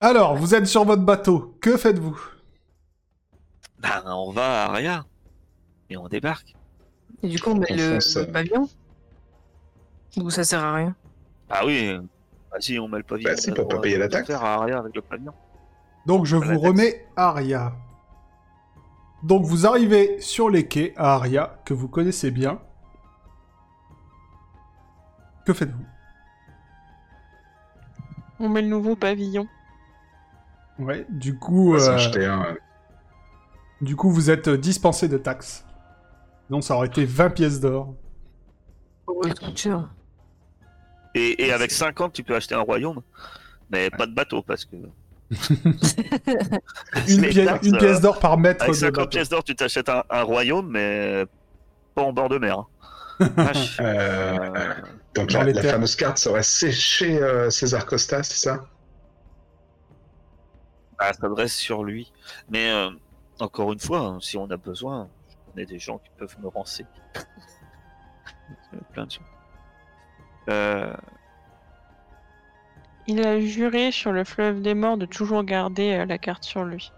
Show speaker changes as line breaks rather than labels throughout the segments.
Alors, vous êtes sur votre bateau. Que faites-vous
Ben, on va à Ria. Et on débarque.
Et du coup, on met
On
le,
fonce,
le
euh.
pavillon Ou ça sert à rien
Ah oui. Bah si, on met le pavillon.
Bah si,
on a
pour
le
pas
droit
payer la
de
taxe.
Faire à Aria avec le pavillon.
Donc, je
Voilà,
vous
taxe.
remets Aria. Donc, vous arrivez sur les quais à Aria, que vous connaissez bien. Que faites-vous
On met le nouveau pavillon.
Ouais, du coup,
On va
euh,
s'acheter un.
du coup, vous êtes dispensé de taxes. Donc, ça aurait été 20 pièces d'or.
Oh, il coûte cher.
Et, et avec 50, tu peux acheter un royaume. Mais pas de bateau, parce que.
Une,
Les
pièce-
taxes,
une
euh,
pièce d'or par mètre
Avec
de
50
bateau.
pièces d'or, tu t'achètes un, un royaume, mais pas en bord de mer. hein. Vache.
euh,
Euh,
donc
Dans
la,
les
la
terres.
fameuse carte, ça aurait séché euh, César Costa, c'est ça
bah, ça dresse sur lui. Mais euh, encore une fois, hein, si on a besoin, on a des gens qui peuvent me renseigner. Il y a Plein de gens. Euh,
Il a juré sur le fleuve des morts de toujours garder euh, la carte sur lui.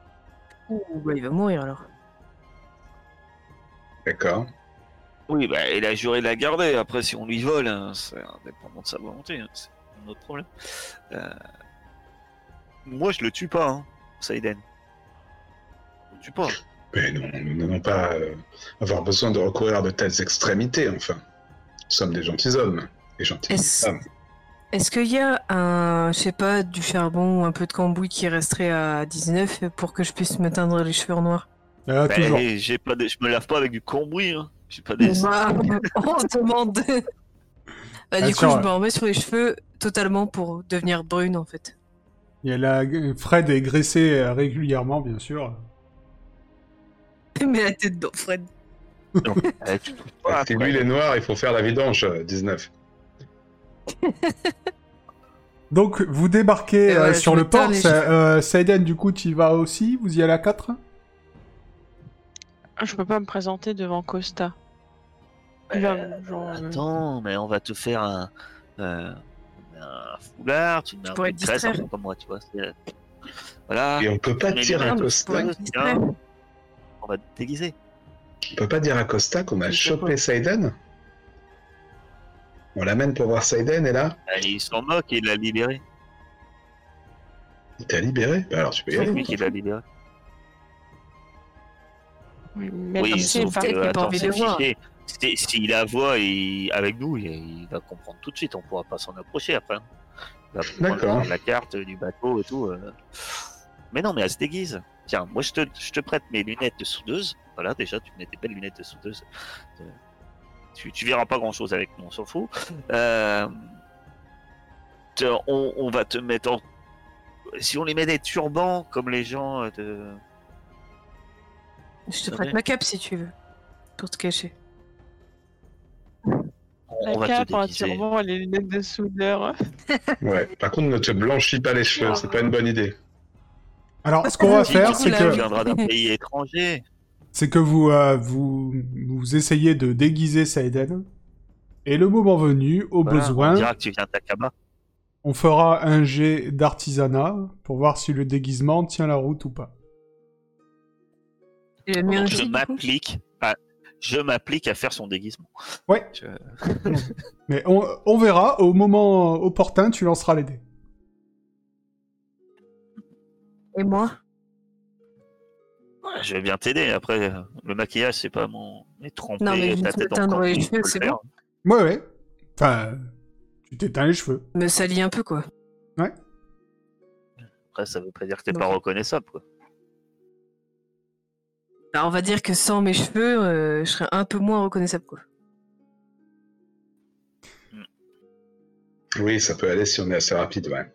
Ouh, bah, il va mourir alors.
D'accord.
oui, bah, il a juré de la garder. Après, si on lui vole, hein, c'est indépendant de sa volonté. hein, c'est un autre problème. Euh, Moi, je le tue pas, hein, Saiden. Je le tue pas.
Mais non, nous n'allons pas euh, avoir besoin de recourir à de telles extrémités, enfin. Nous sommes des gentilshommes. Et gentilshommes.
Est-ce est-ce qu'il y a un, je sais pas, du charbon ou un peu de cambouis qui resterait à 19 pour que je puisse me teindre les cheveux en noir
Euh,
Bah,
toujours.
eh, j'ai pas des- Je me lave pas avec du cambouis. Hein. J'ai pas des...
Bah, On se demande. Bah,
Ah,
du coup,
sur-
je me remets sur les cheveux totalement pour devenir brune en fait.
Il y a la... Fred est graissé euh, régulièrement, bien sûr.
Mais la tête dans Fred.
Eh, tu-
Ah, si l'huile est noire, il faut faire la vidange, euh, 19.
Donc, vous débarquez
Et
euh,
voilà, je
sur
me
le port.
teins les
Ça-
cheveux.
euh, Saiden, du coup, tu y vas aussi Vous y allez à 4
Ah, Je peux pas me présenter devant Costa. Il va- genre, euh,
Attends, mais on va te faire un, euh, un foulard, tu mets un
pourrais
peu de
te
graisse, un
distraire.
peu comme moi, tu vois. c'est- euh, Voilà,
Et on peut pas
Ah. Mais
dire à
merde,
Costa,
ouais.
Ouais,
tiens, on va te déguiser.
on peut pas dire à Costa qu'on a chopé Saiden On l'amène pour voir Saiden et là,
Et il s'en moque et il l'a libéré.
il t'a libéré. Bah alors tu peux y
C'est
aller.
lui qui l'a libéré.
oui, mais
oui,
c'est
sauf
pas-
que,
qu'il a pas
attends,
envie de
c'est
le voir.
fiché. C'est- S'il la voit il- avec nous, il, il va comprendre tout de suite, on pourra pas s'en approcher après. hein. Il va comprendre
D'accord.
la carte du bateau et tout. euh. Mais non, mais elle se déguise. Tiens, moi je te, je te prête mes lunettes de soudeuse. Voilà, déjà, tu mets des belles lunettes de soudeuse. Euh, Tu, tu verras pas grand chose avec nous, on s'en fout. Euh, te- on, on va te mettre en. Si on les met des turbans comme les gens euh, de.
Je te
Ouais.
prête ma cape si tu veux. Pour te cacher.
On, on
La
va te
cape, hein, un
déguiser. Ah,
turban, les lunettes de soudeur.
Ouais. Par contre, ne te blanchis pas les cheveux, c'est pas une bonne idée.
Alors, ce qu'on va
Du
faire,
coup,
c'est
là,
que...
Tu viendras d'un pays étranger.
c'est que vous, euh, vous, vous essayez de déguiser Saiden. Et le moment venu, au
Voilà, On
besoin,
dira que tu viens d'Akaba.
on fera un jet d'artisanat pour voir si le déguisement tient la route ou pas.
Tu l'as mis
Donc,
aussi,
Je
du coup
m'applique à... Je m'applique à faire son déguisement.
Ouais.
Je-
Mais on, on verra, au moment opportun, tu lanceras les dés.
Et moi
Ouais, je vais bien t'aider. Après, euh, le maquillage, c'est pas mon. Les tromper,
Non, mais
et
juste
ta
me
tête en
teindre les
camping,
cheveux,
on peut le
c'est
faire.
Ouais, ouais. Enfin, tu t'éteins les cheveux.
Me salis un peu quoi.
Après, ça veut pas dire que t'es
Ok.
pas reconnaissable. Quoi.
Bah, on va dire que sans mes cheveux, euh, je serais un peu moins reconnaissable quoi.
Oui, ça peut aller si on est assez rapide, ouais.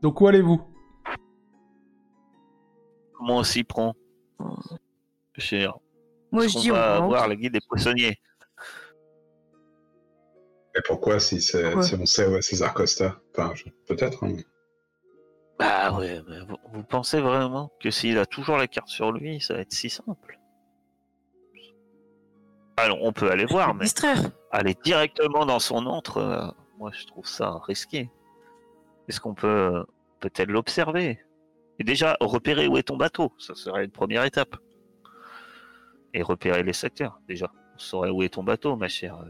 Donc où allez-vous
Comment on s'y prend Cher.
Moi je dis
on
on
va
rentre.
voir le guide des poissonniers.
Mais pourquoi si, c'est-
Pourquoi
si on sait où est César Costa Enfin, je- peut-être. hein.
Bah ouais, mais vous, vous pensez vraiment que s'il a toujours la carte sur lui, ça va être si simple Alors, on peut aller voir, mais
Distraire.
aller directement dans son antre, euh, moi je trouve ça risqué. Est-ce qu'on peut peut-elle l'observer Et déjà, repérer où est ton bateau, ça serait une première étape. Et repérer les secteurs, déjà. On saurait où est ton bateau, ma chère euh,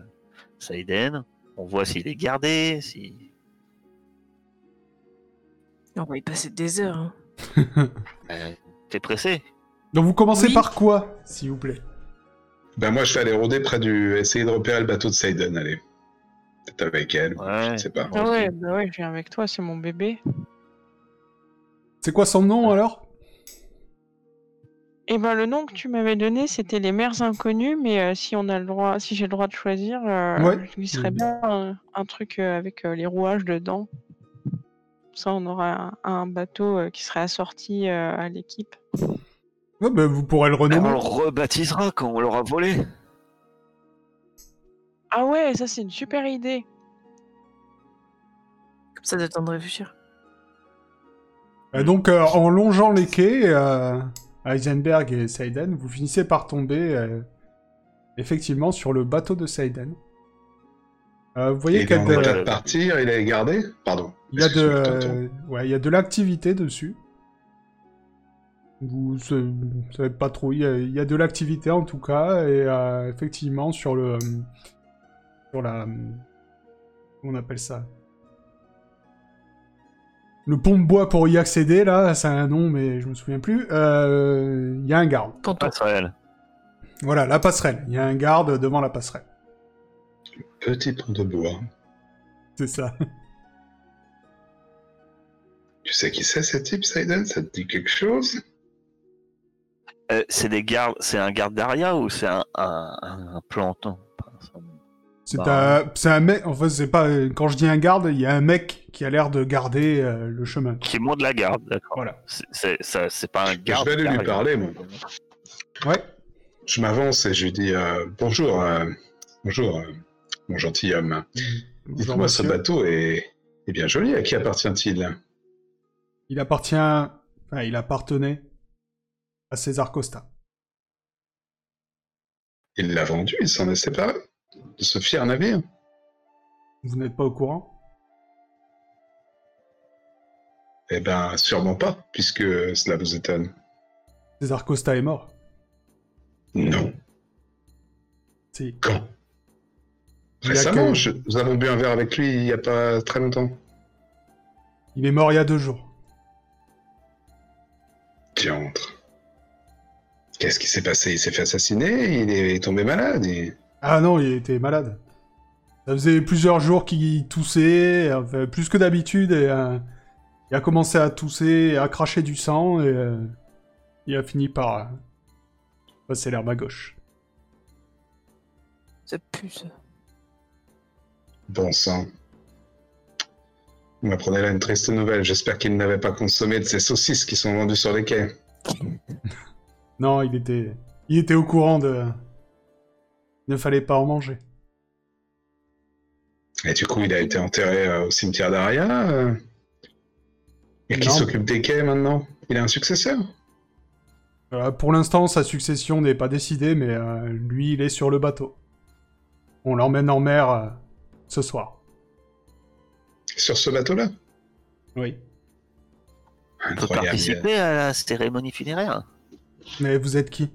Saïden. On voit s'il est gardé, si...
On va y passer des heures. hein.
Euh, T'es pressé
Donc vous commencez
Oui.
par quoi, s'il vous plaît
Ben moi, je vais aller rôder près du... Essayer de repérer le bateau de Seiden, allez. Peut-être avec elle,
Ouais.
je sais pas.
Ah
Vas-y.
ouais, bah ouais, je viens avec toi, c'est mon bébé.
C'est quoi son
Ah.
nom alors
Et ben le nom que tu m'avais donné, c'était les mers inconnues, mais euh, si on a le droit, si j'ai le droit de choisir, euh,
Ouais.
je glisserais
Mm.
bien un, un truc euh, avec euh, les rouages dedans. Ça, on aura un, un bateau euh, qui serait assorti euh, à l'équipe.
Ouais, bah, Vous pourrez le
Ben, On
renommer.
le rebaptisera quand on l'aura volé.
Ah ouais, ça c'est une super idée.
Comme ça, t'as le temps de réfléchir.
Euh, donc euh, en longeant les quais, euh, Heisenberg et Seiden, vous finissez par tomber euh, effectivement sur le bateau de Seiden. Euh, vous voyez
Et
qu'il y a
dans le
de,
cas de partir, il est gardé Pardon.
il y a de,
Excuse-moi, je t'entends.
ouais, il y a de l'activité dessus. Vous sa- savez pas trop, il y a, il y a de l'activité en tout cas, et euh, effectivement sur le, euh, sur la, comment on appelle ça, le pont de bois pour y accéder là, c'est un nom mais je me souviens plus. Euh, Il y a un garde,
Ponton.
Passerelle.
voilà la passerelle, il y a un garde devant la passerelle,
Petit pont de bois.
c'est ça.
Tu sais qui c'est, ce type, Seiden Ça te dit quelque chose
Euh, c'est des gardes, c'est un garde d'Aria ou c'est un, un, un- un planton
C'est
Bah.
un, c'est un mec, enfin c'est pas, quand je dis un garde, il y a un mec qui a l'air de garder euh, le chemin.
Qui est moins de la garde, d'accord.
Voilà.
C'est- C'est ça- c'est pas un garde.
vais aller lui
d'Aria.
parler, moi.
Ouais.
Je m'avance et je lui dis euh, Bonjour, euh, bonjour, euh, mon gentilhomme.
Bonjour,
Dites-moi, ce
monsieur.
bateau est, est bien joli. À qui appartient-il
Il appartient, enfin, il appartenait à César Costa.
Il l'a vendu, il s'en est séparé de ce fier navire.
Vous n'êtes pas au courant
Eh ben, sûrement pas, puisque cela vous étonne.
César Costa est mort.
Non.
Si.
Quand
Il, y a
Récemment,
que-
je- nous avons bu un verre avec lui il n'y a pas très longtemps.
il est mort il y a deux jours.
Diantre. Qu'est-ce qui s'est passé Il s'est fait assassiner, il est tombé malade. il-
Ah non, il était malade. Ça faisait plusieurs jours qu'il toussait, enfin, plus que d'habitude, et euh, il a commencé à tousser, à cracher du sang, et euh, il a fini par euh, passer l'herbe à gauche.
Ça pue, ça.
Bon sang. Vous m'apprenez là une triste nouvelle. J'espère qu'il n'avait pas consommé de ces saucisses qui sont vendues sur les quais.
Non, il était, il était au courant de. Il ne fallait pas en manger.
Et du coup, il a été enterré euh, au cimetière d'Aria. euh. Et qui
Non.
s'occupe des quais maintenant Il a un successeur
Euh, pour l'instant, sa succession n'est pas décidée, mais euh, lui, il est sur le bateau. On l'emmène en mer euh, ce soir.
Sur ce bateau-là
Oui.
On peut
Incroyable. il y a-
participer à la cérémonie funéraire.
Mais vous êtes qui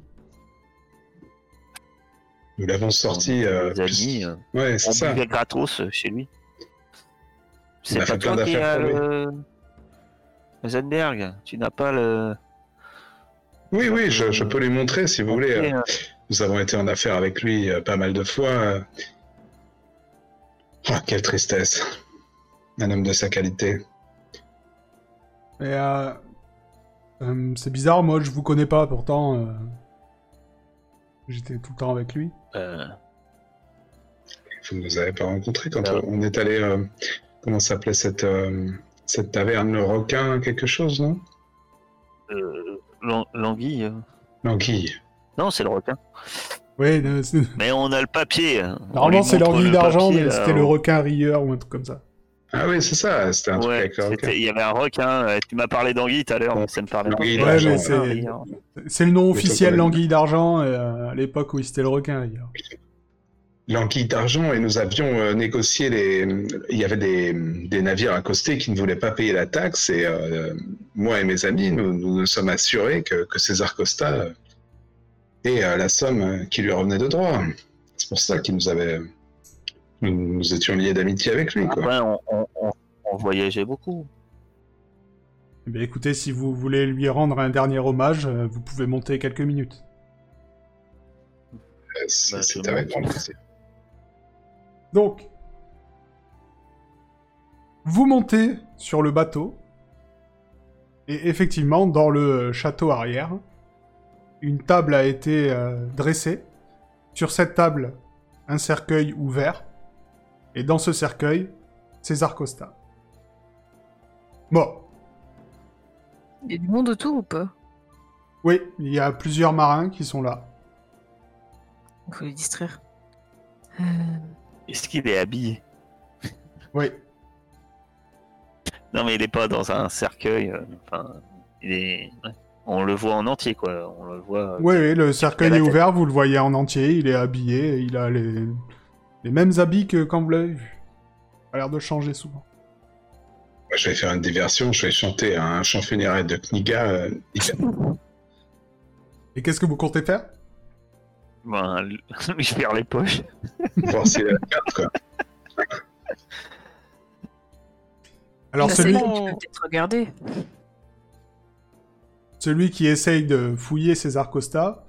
Nous l'avons sorti. euh,
Les amis, euh,
Ouais, c'est
on
ça.
buvait gratos euh, chez lui.
On
C'est
a
pas
fait plein
toi qui
d'affaires
as
pour lui.
le. Heisenberg, tu n'as pas le.
Oui, oui, je, je peux lui montrer si vous voulez. euh.
Et, euh,
Nous avons été en affaire avec lui euh, pas mal de fois. euh. Ah, quelle tristesse. Un homme de sa qualité.
Et, euh, euh, C'est bizarre, moi, je vous connais pas, pourtant. euh, J'étais tout le temps avec lui.
euh,
Vous ne nous avez pas rencontrés quand
Non.
on est allé. euh, comment s'appelait cette, euh, cette taverne Le requin, quelque chose, non
euh, l'an- L'anguille. euh.
L'anguille.
Non, c'est le requin.
Oui, euh, c'est-
Mais on a le papier. hein. On
normalement,
lui
c'est
montre
l'anguille
le
d'argent,
papier,
mais
là,
c'était
on-
le requin rieur ou un truc comme ça.
Ah oui, c'est ça, c'était un
Ouais,
truc avec le requin.
c'était- il y avait un requin. euh, Tu m'as parlé d'anguille tout à l'heure,
Ouais.
mais ça me parlait pas.
L'anguille
Ouais,
d'argent,
mais
ouais.
c'est- C'est le nom
Mais ça,
officiel,
c'est-
l'anguille d'argent, et, euh, à l'époque où c'était le requin rieur.
l'anguille d'argent et nous avions euh, négocié les. Il y avait des, des navires accostés qui ne voulaient pas payer la taxe et euh, moi et mes amis, nous nous, nous sommes assurés que, que César Costa euh, ait euh, la somme qui lui revenait de droit. C'est pour ça qu'il nous avait. Nous, nous étions liés d'amitié avec lui. Quoi.
Après, on, on- on- on voyageait beaucoup.
Eh bien, écoutez, si vous voulez lui rendre un dernier hommage, euh, vous pouvez monter quelques minutes.
Euh, C'est
Bah,
c'est
c'est
avec
bon.
grand plaisir.
Donc, vous montez sur le bateau, et effectivement, dans le château arrière, une table a été euh, dressée. Sur cette table, un cercueil ouvert, et dans ce cercueil, César Costa. Bon,
Il y a du monde autour ou pas
oui, il y a plusieurs marins qui sont là.
Il faut les distraire. Euh,
Est-ce qu'il est habillé
Oui,
Non, mais il est pas dans un cercueil. euh, Enfin, il est. ouais. On le voit en entier, quoi. On le voit. euh,
Oui, oui, le cercueil
la
est
tête.
ouvert, vous le voyez en entier, il est habillé, il a les, les mêmes habits que quand vous l'avez vu. Pas l'air de changer souvent.
Moi, je vais faire une diversion, je vais chanter un chant funéraire de Kniga. euh, hyper-
Et qu'est-ce que vous comptez faire
ben, lui faire les poches.
voir si elle regarde, quoi.
Alors
bah,
celui,
c'est bon, tu peux peut-être regarder.
celui qui essaye de fouiller César Costa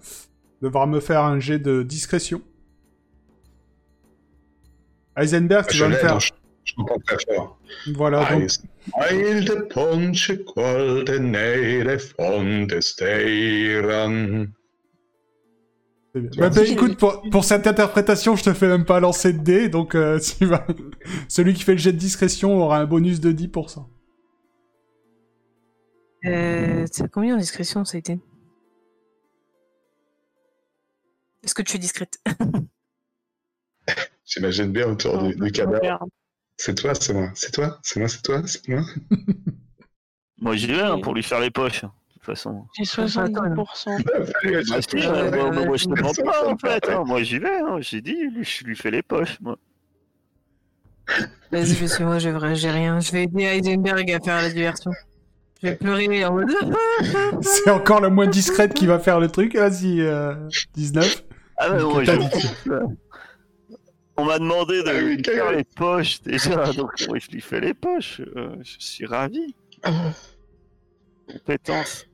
devra me faire un jet de discrétion. Heisenberg, tu
Ah, Je
vas le
l'aide,
faire.
je, je comprends très fort. Ah,
Voilà, donc
Eil de Ponche Qualdene von des Deiran.
c'est bien.
tu
Bah,
vas-
bah, écoute, pour, pour cette interprétation, je te fais même pas lancer de dés, donc euh, tu vas... celui qui fait le jet de discrétion aura un bonus de 10%.
Euh, c'est combien en discrétion ça a été Est-ce que tu es discrète
J'imagine bien autour du,
Ah,
du cadavre.
Regarde.
C'est toi, c'est moi. C'est toi, c'est moi, c'est toi, c'est moi.
Moi, j'y vais hein, pour lui faire les poches. De toute façon. Ah,
J'ai 70%.
Allez,
Moi,
Ah,
c'est
je-
toi.
moi, moi, moi, je te demande pas, en fait.
Ouais.
hein. Moi, j'y vais. hein. J'ai dit, lui, je lui fais les poches. Moi.
Vas-y, parce que moi j'ai vrai, j'ai rien. Je vais aider Heisenberg à faire la diversion. Je vais pleurer en mode.
C'est encore la moins discrète qui va faire le truc. Vas-y, euh, 19.
Ah, ouais,
Mais
moi,
t'as
j'ai- On m'a demandé de
Ah oui,
lui faire
quel-
les poches déjà. Donc, moi, je lui fais les poches. Euh, je suis ravi.
Ah,
Compétence.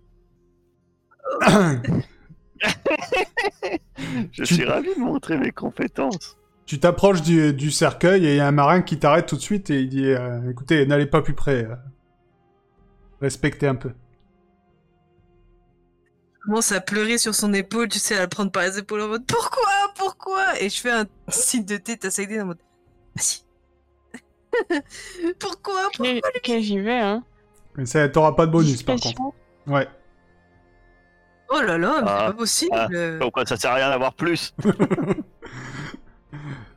Je suis ravi de montrer mes compétences.
tu t'approches du, du cercueil et il y a un marin qui t'arrête tout de suite et il dit euh, Écoutez, n'allez pas plus près. euh. Respectez un peu.
Je commence à pleurer sur son épaule, tu sais, à le prendre par les épaules en mode Pourquoi Pourquoi Et je fais un signe de tête à Saïdine en mode Vas-y Pourquoi
Ok, ok, j'y vais. Hein.
Mais ça, t'auras pas de bonus par contre.
Discrétion.
Ouais.
Oh là là, mais
Ah,
c'est pas possible
ah, Donc, quoi, ça sert à rien d'avoir plus.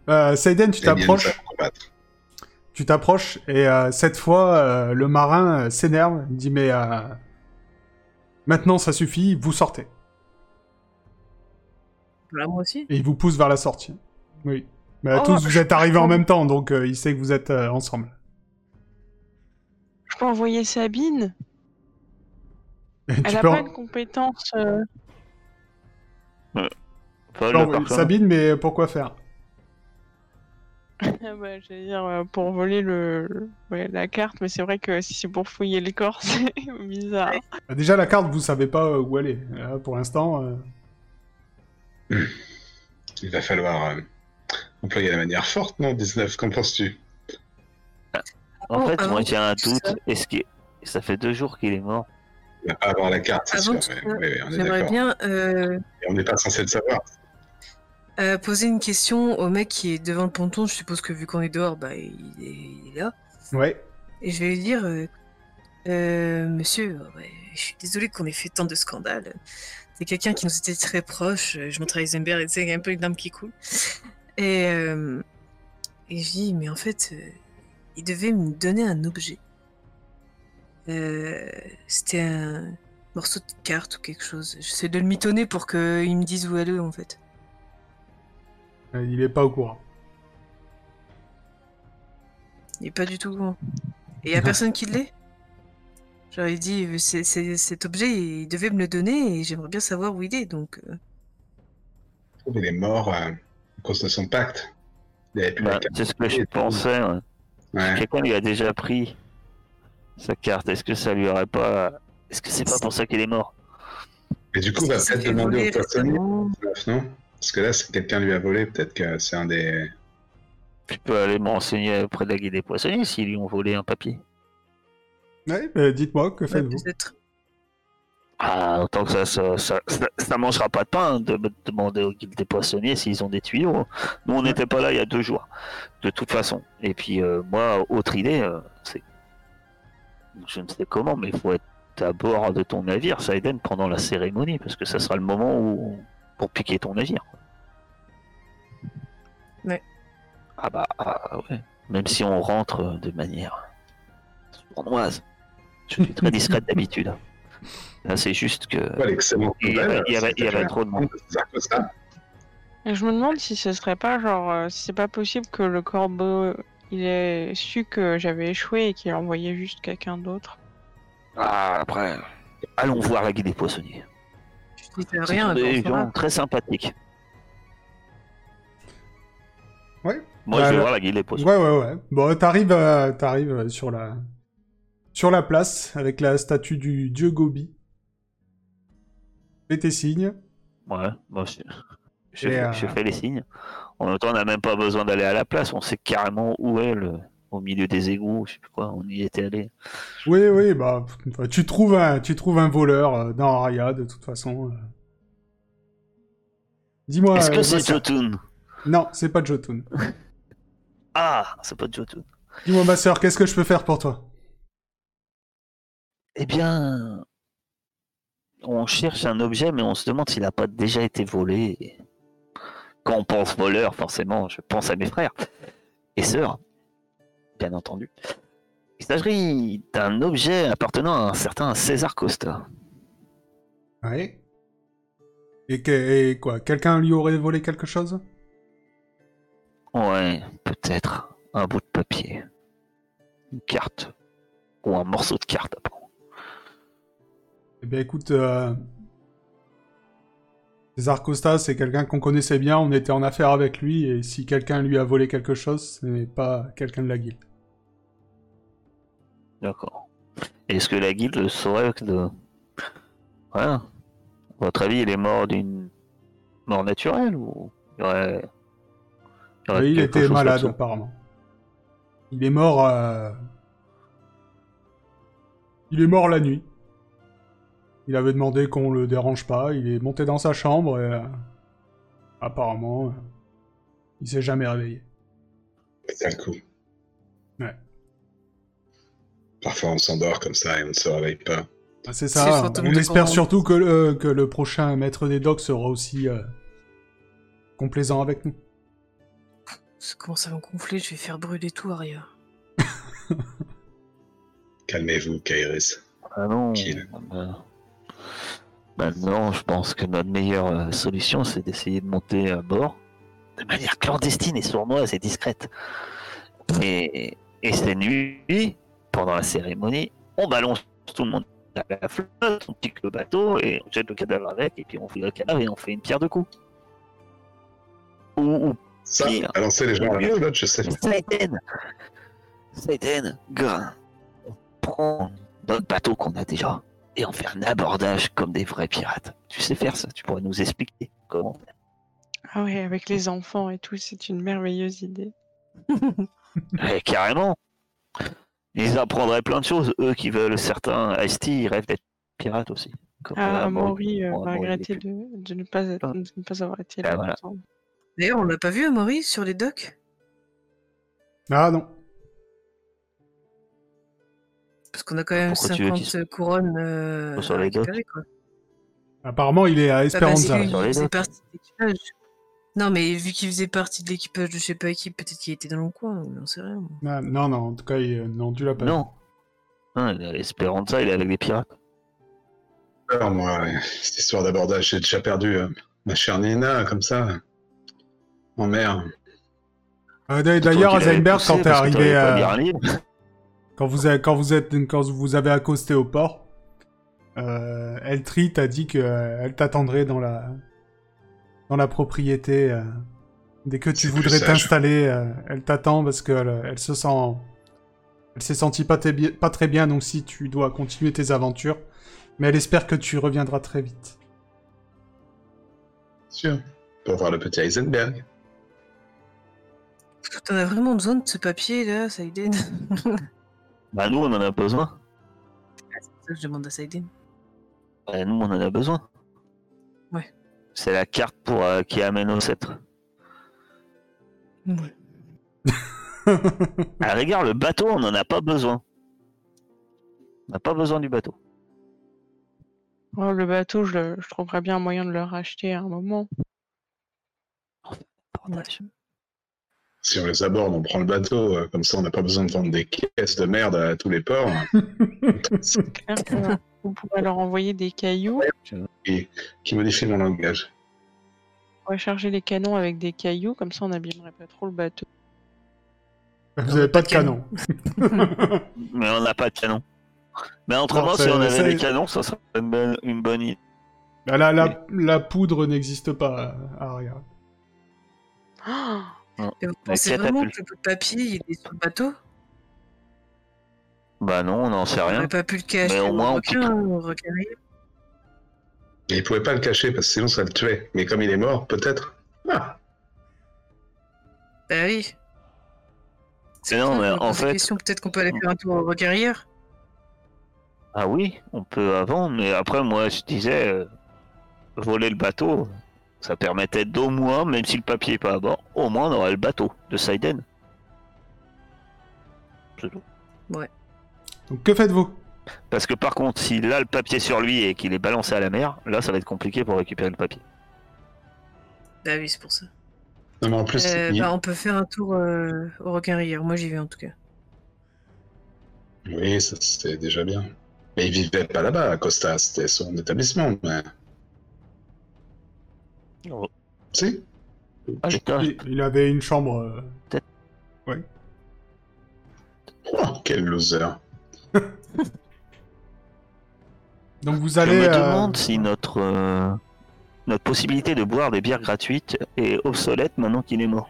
Euh, Seiden, tu
Daniel,
t'approches.
Eh ça va combattre.
Tu t'approches et euh, cette fois, euh, le marin euh, s'énerve. Il dit Mais euh, maintenant, ça suffit, vous sortez.
Bah, Moi aussi.
Et il vous pousse vers la sortie. Oui. Mais à
Oh,
tous, vous êtes arrivés en même temps, donc euh, il sait que vous êtes euh, ensemble.
Je peux envoyer Sabine.
Et
Elle
tu
a
peux en-
pas une compétence. euh,
Enfin,
Non,
le hein.
oui,
parfum.
Sabine, mais pourquoi faire
Ah bah, j'allais dire euh, pour voler le, le- ouais, la carte, mais c'est vrai que si c'est pour fouiller le corps, c'est bizarre.
Bah, Déjà, la carte, vous savez pas euh, où elle est. Là, pour l'instant, euh,
Il va falloir euh, employer la manière forte, non 19, qu'en penses-tu
En
Oh,
fait,
avant
moi
que
j'ai un
tu
doute.
fasses
Est-ce que ça fait deux jours qu'il est mort
Il va pas avoir la carte, c'est
Avant
sûr.
tout,
Mais, oui, oui, on est
J'aimerais
d'accord.
bien euh,
Et On n'est pas censé le savoir.
euh, poser une question au mec qui est devant le ponton. Je suppose que vu qu'on est dehors, bah, il est- il est là.
ouais.
Et je vais lui dire, euh, Euh, monsieur, euh, ouais, je suis désolé qu'on ait fait tant de scandales. C'est quelqu'un qui nous était très proche. euh, Je montre à Heisenberg, et c'est un peu une dame qui coule. Et, euh, et je dis, mais en fait, euh, il devait me donner un objet. Euh, C'était un morceau de carte ou quelque chose. J'essaie de le mitonner pour qu'il me dise où elle est, en fait.
Euh, Il est pas au courant.
Il est pas du tout con. Et y a personne qui l'est J'aurais dit, euh, c'est- c'est- cet objet, il devait me le donner et j'aimerais bien savoir où il est, donc... euh,
Il est mort euh, à cause de son pacte. Il avait plus la
Bah,
carte.
c'est ce que je pensais. ouais.
Ouais.
Quelqu'un lui a déjà pris sa carte. Est-ce que ça lui aurait pas. Est-ce que c'est pas pour ça qu'il est mort
Mais du coup, on va
il s'est
peut-être
fait
demander
voler
au poissonnier,
récemment.
non Parce que là, c'est quelqu'un lui a volé, peut-être que c'est un des.
Tu peux aller me renseigner auprès de la guide des poissonniers s'ils lui ont volé un papier.
Ouais, bah, dites-moi, que
Ouais,
faites-vous
peut-être.
Ah, autant que ça, ça, ça, ça- ça mangera pas de pain de me demander aux guildes des poissonniers s'ils ont des tuyaux. hein. Nous, on n'était pas là il y a deux jours, de toute façon. Et puis, euh, moi, autre idée, euh, c'est. Je ne sais comment, mais il faut être à bord de ton navire, Saiden, pendant la cérémonie, parce que ça sera le moment où. pour piquer ton navire.
Ouais.
Ah, bah, ah, ouais. Même si on rentre euh, de manière. sournoise. Je suis très discrète d'habitude. Là, c'est juste que.
Pas l'excellent.
Euh, Il y avait, il y avait- il y avait trop de monde.
Et je me demande si ce serait pas genre, euh, si c'est pas possible que le corbeau, il ait su que j'avais échoué et qu'il envoyait juste quelqu'un d'autre.
Ah, après, allons voir la guide des poissonniers.
Je dis pas
Ce
rien,
sont des
mais on saura.
gens très sympathiques.
Ouais.
Moi,
Bah,
je vais
là-
voir la guide des
Ouais,
poissonniers.
ouais, ouais. Bon, t'arrives, euh, t'arrives euh, sur la sur la place avec la statue du dieu Gobi. Fais tes signes.
Ouais, moi, je, je-
Et, euh,
je fais les signes. En même temps, on n'a même pas besoin d'aller à la place. On sait carrément où est le. Au milieu des égouts, je sais plus quoi, on y était allé.
Oui, oui, bah, pff, enfin, tu trouves un, tu trouves un voleur euh, dans Aria de toute façon. euh. Dis-moi.
Est-ce
euh,
que c'est
Massa-
Jotun
Non, c'est pas Jotun.
Ah, c'est pas Jotun.
Dis-moi, ma sœur, qu'est-ce que je peux faire pour toi
Eh bien, on cherche un objet, mais on se demande s'il n'a pas déjà été volé. Quand on pense voleur, forcément, je pense à mes frères et sœurs, bien entendu. Il s'agirait d'un objet appartenant à un certain César Costa.
Ouais. Et, que- et quoi Quelqu'un lui aurait volé quelque chose
Ouais, peut-être un bout de papier, une carte ou un morceau de carte. apparemment.
Eh bien, écoute, euh... César Costa, c'est quelqu'un qu'on connaissait bien, on était en affaire avec lui, et si quelqu'un lui a volé quelque chose, ce n'est pas quelqu'un de la guilde.
D'accord. Est-ce que la guilde le saurait que de... Voilà. À votre avis, il est mort d'une mort naturelle ou il y aurait... il y aurait
Mais il
quelque chose
était
comme
malade,
ça
apparemment. Il est mort... euh, Il est mort la nuit. Il avait demandé qu'on le dérange pas, il est monté dans sa chambre, et... euh, Apparemment... euh, Il s'est jamais réveillé.
C'est un coup.
Ouais.
Parfois, on s'endort comme ça et on ne se réveille pas.
Ah, C'est
C'est
ça.
fantôme
On
de
espère
Corbeau.
surtout que le, euh, que le prochain maître des docks sera aussi euh, complaisant avec nous.
Ça commence à me gonfler, je vais faire brûler tout, Aria.
Calmez-vous, Kairis.
Ah non.
Qu'il-
bah- Maintenant, je pense que notre meilleure euh, solution, c'est d'essayer de monter à bord de manière clandestine et sournoise et discrète. Et, et cette nuit, pendant la cérémonie, on balance tout le monde à la flotte, on pique le bateau et on jette le cadavre avec, et puis on fouille le cadavre et on fait une pierre de coups. Ou, ou
Ça,
Pire.
balancer les gens dans l'eau, l'autre, je sais.
Saiten Saiten, gars, on prend notre bateau qu'on a déjà et on fait un abordage comme des vrais pirates. Tu sais faire ça, tu pourrais nous expliquer comment.
Ah ouais, avec les enfants et tout, c'est une merveilleuse idée.
Eh, carrément Ils apprendraient plein de choses, eux qui veulent certains. Esti, ils rêvent d'être pirates aussi. Comme
Ah,
euh,
Maury
Maury,
euh, va
Maury, il est
regretter
plus-
de, de ne pas être,
Ah.
de ne pas avoir été
Ah,
là.
voilà.
longtemps.
D'ailleurs, on l'a pas vu, Amaury, sur les docks
Ah non.
Parce qu'on a quand même
Pourquoi tu veux qu'il
50 couronnes euh,
Sur
à
les docks
récupérer, quoi.
Apparemment, il est à
Bah, parce
Esperanza.
qu'il
Sur les
faisait
docks.
partie de l'équipage. Non, mais vu qu'il faisait partie de l'équipage de je sais pas qui, peut-être qu'il était dans le coin, on n'en sait rien. moi.
Ah, non, non, en tout cas, il- euh, non, tu l'as pas.
Non Hein, Non, il est à Esperanza, il est avec des pirates.
peur, moi. ouais. Cette histoire d'abordage, j'ai déjà perdu euh, ma chère Nina, comme ça. en mer.
Euh, d- D'ailleurs,
Toi qui l'avais
Heisenberg,
poussé
quand t'es
parce que
arrivé,
t'arrivais pas à
euh,
lire un livre.
quand vous avez, quand vous êtes, quand vous avez accosté au port, euh, Eltri t'a dit que euh, elle t'attendrait dans la, dans la propriété. euh, dès que tu
C'est
voudrais
plus sage.
t'installer, euh, elle t'attend parce qu'elle elle se sent, elle s'est sentie pas, très bien- pas très bien. Donc si tu dois continuer tes aventures, mais elle espère que tu reviendras très vite.
Sûr. Pour voir le petit Heisenberg.
T'en as vraiment besoin de ce papier là, Saïden
Bah, nous, on en a besoin.
Je demande à Saïden.
Bah, nous, on en a besoin.
Ouais.
C'est la carte pour, euh, qui amène au sceptre.
Ouais.
Ah, regarde, le bateau, on n'en a pas besoin. On n'a pas besoin du bateau.
Oh, le bateau, je, le- je trouverais bien un moyen de le racheter à un moment.
Bordage.
Si on les aborde, on prend le bateau. euh, Comme ça, on n'a pas besoin de vendre des caisses de merde à tous les ports. euh,
Claire, euh, on pourrait leur envoyer des cailloux.
qui modifie mon langage.
On va charger les canons avec des cailloux, comme ça on n'abîmerait pas trop le bateau.
Bah,
Vous avez pas de
canon.
canon.
Mais on n'a pas de canon. Mais autrement,
Non,
si on
c'est-
avait
c'est-
des canons, ça serait une bonne, une bonne idée.
Bah, la, la, la poudre n'existe pas euh, à Aria.
Ah
Et vous pensez
catapulte.
vraiment que le bout de papier il est sur le bateau
Bah non, on n'en sait
On
rien.
n'aurait pas pu le cacher
Mais au
au
moins, on
requin, au requin.
Et il pouvait pas le cacher parce que sinon ça le tuait. Mais comme il est mort, peut-être. Ah,
Bah oui.
Mais non, mais en fait-
Question, peut-être qu'on peut aller faire un tour au requin hier.
Ah oui, on peut avant, mais après, moi, je disais, euh, voler le bateau, ça permettait d'au moins, même si le papier est pas à bord, au moins on aurait le bateau de Saiden. C'est tout.
Donc que faites-vous
Parce que par contre, s'il a le papier sur lui et qu'il est balancé à la mer, là, ça va être compliqué pour récupérer le papier.
Bah oui, c'est pour ça.
non, mais en plus,
Euh,
il-
bah, on peut faire un tour euh, au requin hier. Moi j'y vais en tout cas.
oui, ça, c'était déjà bien. Mais il vivait pas là-bas, à Costa. C'était son établissement. Mais...
Oh.
Si
Ah, l'étage,
il, il avait une chambre. euh,
Oh, quel loser.
Donc vous
Je
allez.
me
euh,
demande si notre, euh, notre possibilité de boire des bières gratuites est obsolète maintenant qu'il est mort.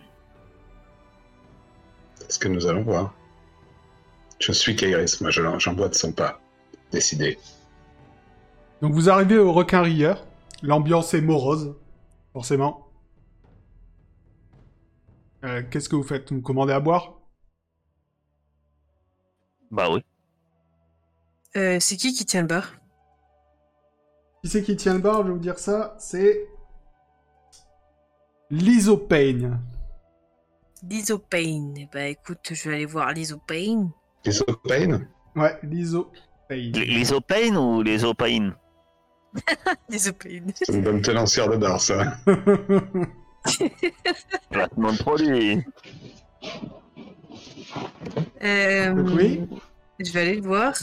C'est ce que nous allons voir. Je suis Kairis, moi je l'en- j'en bois de son pas. Décidé.
Donc vous arrivez au requin rieur. L'ambiance est morose, forcément. Euh, Qu'est-ce que vous faites Vous commandez à boire
Bah oui.
Euh, c'est qui qui tient le bar
Qui c'est qui tient le bar Je vais vous dire ça. C'est l'isopaigne.
L'isopane. Bah écoute, je vais aller voir l'isopane.
Les Opaines
Ouais, l'isopaigne.
Les, les opaines ou les opaines
L'isopane.
C'est une bonne tenancière de bar, ça.
Placement de produit.
Euh,
Donc oui.
Je vais aller le voir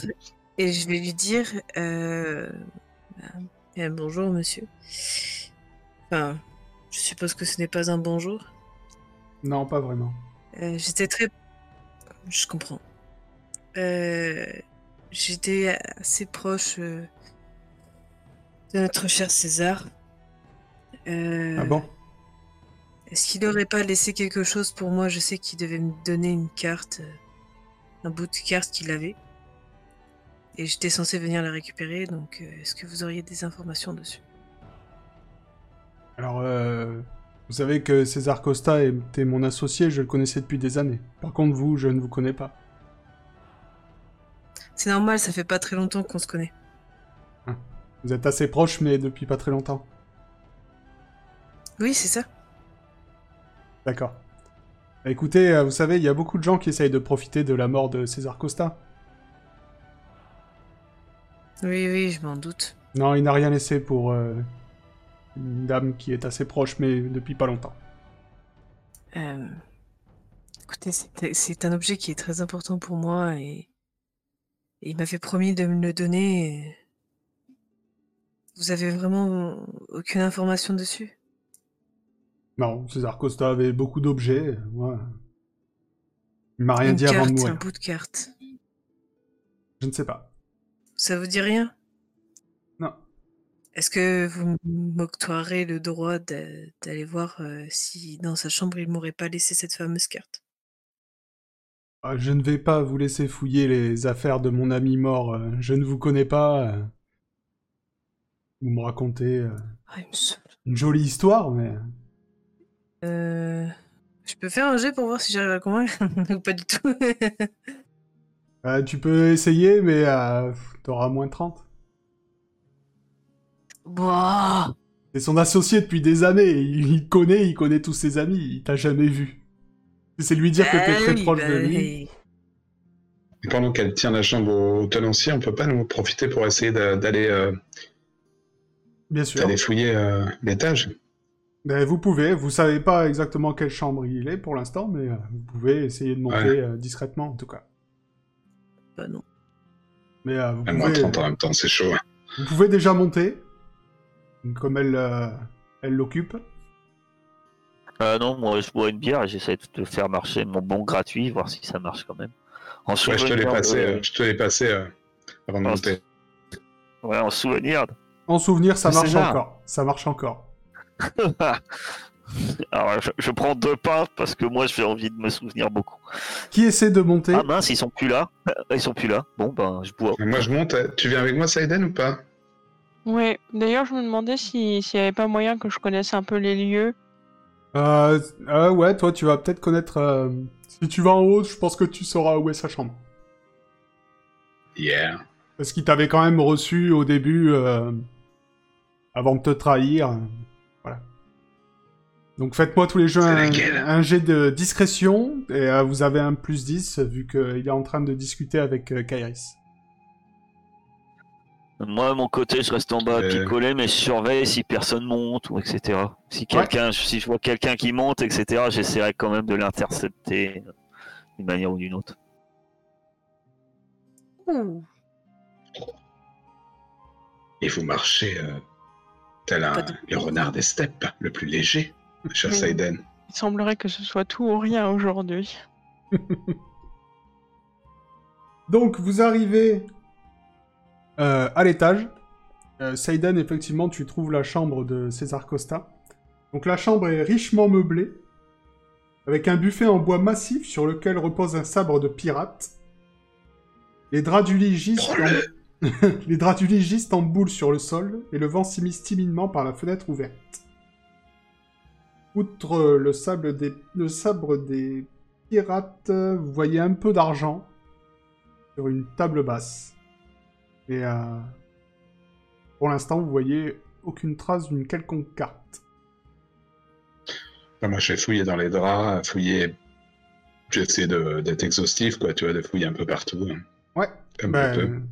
et je vais lui dire euh, euh, bonjour monsieur. Enfin, je suppose que ce n'est pas un bonjour.
Non, pas vraiment.
Euh, J'étais très. Je comprends. Euh, J'étais assez proche euh, de notre cher César. Euh,
Ah bon
Est-ce qu'il n'aurait pas laissé quelque chose pour moi Je sais qu'il devait me donner une carte, euh, un bout de carte qu'il avait. Et j'étais censé venir la récupérer, donc euh, est-ce que vous auriez des informations dessus
Alors, euh, vous savez que César Costa était mon associé, je le connaissais depuis des années. Par contre, vous, je ne vous connais pas.
C'est normal, ça fait pas très longtemps qu'on se connaît.
Vous êtes assez proches, mais depuis pas très longtemps.
Oui, c'est ça.
D'accord. Bah, Écoutez, euh, vous savez, il y a beaucoup de gens qui essayent de profiter de la mort de César Costa.
Oui, oui, je m'en doute.
Non, il n'a rien laissé pour euh, une dame qui est assez proche, mais depuis pas longtemps.
Euh, Écoutez, c'est- c'est un objet qui est très important pour moi et, et il m'avait promis de me le donner. et- Vous avez vraiment aucune information dessus
Non, César Costa avait beaucoup d'objets. ouais. Il m'a rien
Une
dit
carte,
avant de
un
mourir.
bout de carte.
Je ne sais pas.
Ça vous dit rien
Non.
Est-ce que vous m'octroierez le droit d'a- d'aller voir euh, si dans sa chambre il m'aurait pas laissé cette fameuse carte
Ah, Je ne vais pas vous laisser fouiller les affaires de mon ami mort. euh, Je ne vous connais pas. euh. Vous me racontez euh,
Ah, il me semble.
une jolie histoire, mais
Euh, Je peux faire un jet pour voir si j'arrive à le convaincre ou pas du tout.
Euh, tu peux essayer, mais euh, pff, t'auras moins 30.
Boah
C'est son associé depuis des années. Il, il connaît, il connaît tous ses amis. Il t'a jamais vu. C'est lui dire que t'es
Ah
très
oui,
proche
bah
de lui.
oui.
Et pendant qu'elle tient la chambre au tenancier, on peut pas nous profiter pour essayer d'a- d'aller euh,
Bien sûr.
d'aller fouiller euh, l'étage.
Ben, vous pouvez. Vous savez pas exactement quelle chambre il est pour l'instant, mais euh, vous pouvez essayer de monter
Ouais.
euh, discrètement, en tout cas.
Bah non.
Mais euh, vous
À moins
pouvez.
30 en même temps, c'est chaud. hein.
Vous pouvez déjà monter, comme elle euh, elle l'occupe.
Euh, non, moi je bois une bière et j'essaie de te faire marcher mon bon gratuit, voir si ça marche quand même. En
Ouais, je te l'ai
souvenir
passé,
de-
euh, je te l'ai passé euh, avant de
Ah,
monter.
Ouais, en souvenir.
En souvenir, ça
Mais c'est
marche
ça.
encore. Ça marche encore.
Alors je, je prends deux pas parce que moi j'ai envie de me souvenir beaucoup.
Qui essaie de monter
Ah mince, ils sont plus là. Euh, Ils sont plus là. Bon ben je bois.
Et Moi, je monte. euh, Tu viens avec moi, Saïden, ou pas
Ouais, d'ailleurs, je me demandais si- s'il n'y avait pas moyen que je connaisse un peu les lieux.
Euh, euh, ouais, toi, tu vas peut-être connaître. euh, si tu vas en haut, je pense que tu sauras où est sa chambre.
Yeah.
Parce qu'il t'avait quand même reçu au début, euh, avant de te trahir. euh, Voilà. Donc faites-moi tous les jeux
C'est
un,
laquelle
un jet de discrétion, et euh, vous avez un plus 10, vu qu'il est en train de discuter avec euh, Kairis.
Moi à mon côté je reste en bas à
Euh.
picoler mais je surveille si personne monte ou etc. Si quelqu'un, si je vois quelqu'un qui monte etc. J'essaierai quand même de l'intercepter euh, d'une manière ou d'une autre.
Ouh,
Et vous marchez euh, tel un
Pas de-
le renard des steppes, le plus léger, cher
Oui.
Saïden.
Il semblerait que ce soit tout ou rien aujourd'hui.
Donc vous arrivez euh, à l'étage. Euh, Seiden, effectivement, tu trouves la chambre de César Costa. Donc la chambre est richement meublée, avec un buffet en bois massif sur lequel repose un sabre de pirate. Les draps du lit gisent en... Les draps du lit gisent en boule sur le sol et le vent s'immisce timidement par la fenêtre ouverte. Outre euh, le, sable des... le sabre des pirates, euh, vous voyez un peu d'argent sur une table basse. Et euh, pour l'instant, vous voyez aucune trace d'une quelconque carte.
Enfin, moi, je vais fouiller dans les draps, fouiller. J'essaie de- d'être exhaustif, quoi, tu vois, de fouiller un peu partout. hein,
Ouais.
comme je peux.
Ben,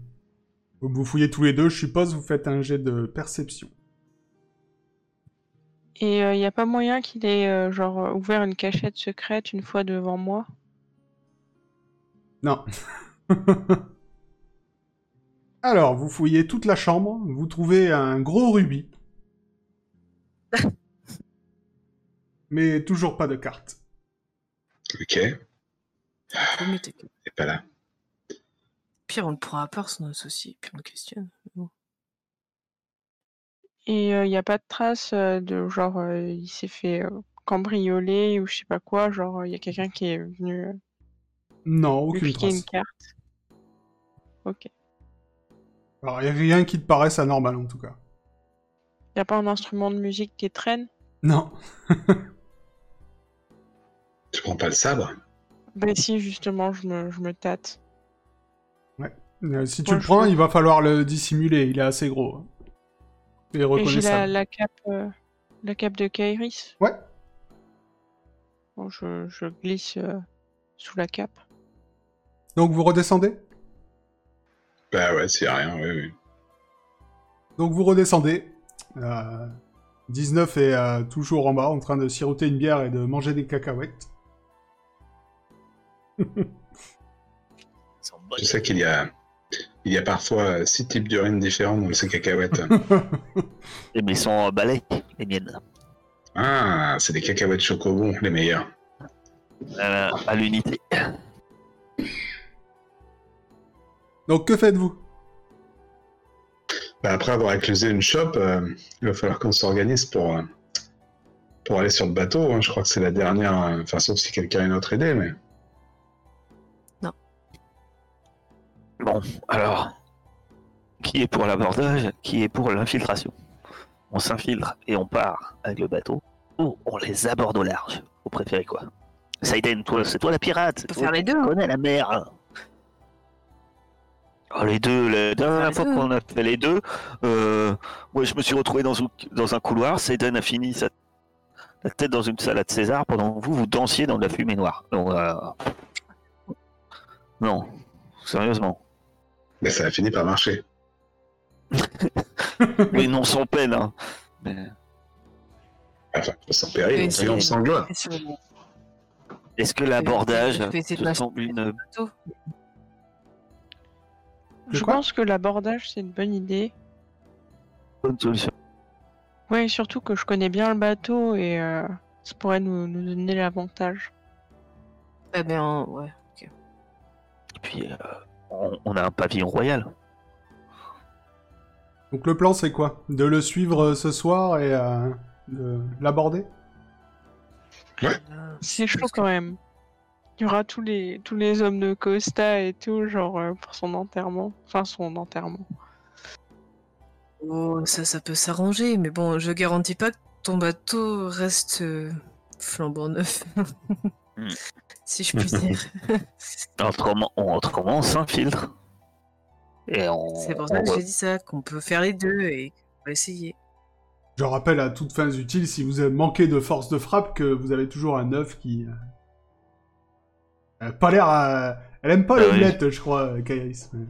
vous vous fouillez tous les deux, je suppose, vous faites un jet de perception.
Et euh, il n'y a pas moyen qu'il ait euh, genre euh, ouvert une cachette secrète une fois devant moi.
Non. Alors, vous fouillez toute la chambre, vous trouvez un gros rubis. Mais toujours pas de carte. euh,
Ok, c'est
faut mieux t'écouter.
pas là.
Pire, on le prend à part son associé, puis on le questionne.
Et il n'y a pas de trace euh, de genre euh, il s'est fait euh, cambrioler ou je sais pas quoi. Genre il y a quelqu'un qui est venu euh,
Non,
lui
aucune
piquer
trace.
une carte. Ok. Il
Alors, il n'y a rien qui te paraisse anormal en tout cas.
n'y a pas un instrument de musique qui traîne.
Non.
Tu prends pas le sabre
Ben si justement je me, je me tâte.
Euh, si tu
Moi,
le
je
prends,
veux-
il va falloir le dissimuler, il est assez gros. hein. Et
Et j'ai la,
reconnaissable.
la cape euh, la cape de Kairis.
Ouais.
Bon, je, je glisse euh, sous la cape.
Donc vous redescendez
Bah ouais, s'il y a rien, oui, oui.
Donc vous redescendez. Euh, 19 est euh, toujours en bas, en train de siroter une bière et de manger des cacahuètes.
Ils sont bonnes.
Je sais qu'il y a, il y a parfois euh, six types d'urine différents dans ces cacahuètes.
Et mais ils sont emballés, les miennes.
Ah, c'est des cacahuètes chocobons, les meilleures.
Euh, à l'unité.
Donc que faites-vous
Bah, après avoir éclusé une chope, euh, il va falloir qu'on s'organise pour, euh, pour aller sur le bateau. hein. Je crois que c'est la dernière. euh, Enfin, sauf si quelqu'un a une autre idée, mais.
Bon, alors, qui est pour l'abordage, qui est pour l'infiltration On s'infiltre et on part avec le bateau, ou on les aborde au large Vous préférez quoi Saiden, toi, c'est toi la pirate
peut
toi
faire les deux.
qui connais la mer hein. Oh, les deux, la dernière
les
fois
deux.
qu'on a fait les deux, euh, moi je me suis retrouvé dans, un- dans un couloir, Saiden a fini sa la tête dans une salade César pendant que vous, vous dansiez dans de la fumée noire. Donc, euh, Non, sérieusement.
Mais ça a fini par marcher.
Oui, non sans peine. Hein. Mais-
Enfin, sans péril,
Oui,
on triomphe
c'est-
sans gloire.
Sur le
Est-ce que l'abordage
je peux essayer de
te
la-
semble une...
bateau.
De
Je
quoi
pense que l'abordage, c'est une bonne idée.
bonne solution
Oui, surtout que je connais bien le bateau et euh, ça pourrait nous, nous donner l'avantage.
Eh bien, ouais.
Et puis, euh, on, on a un pavillon royal.
Donc le plan c'est quoi De le suivre euh, ce soir et euh, de l'aborder
Euh,
C'est chaud
Parce que-
quand même. Il y aura tous les, tous les hommes de Costa et tout, genre euh, pour son enterrement. Enfin, son enterrement.
Oh, ça, ça peut s'arranger, mais bon, je garantis pas que ton bateau reste euh, flambant neuf.
Hmm.
si je puis dire.
Autrement, on, autrement, on s'infiltre. Et on...
C'est pour ça
on
que
re-
j'ai dit ça, qu'on peut faire les deux et qu'on va essayer.
Je rappelle à toutes fins utiles, si vous avez manqué de force de frappe, que vous avez toujours un œuf qui... euh, Elle a pas l'air à... Elle aime pas
Ah
les
oui.
lunettes, je crois, euh, Kairis. mais-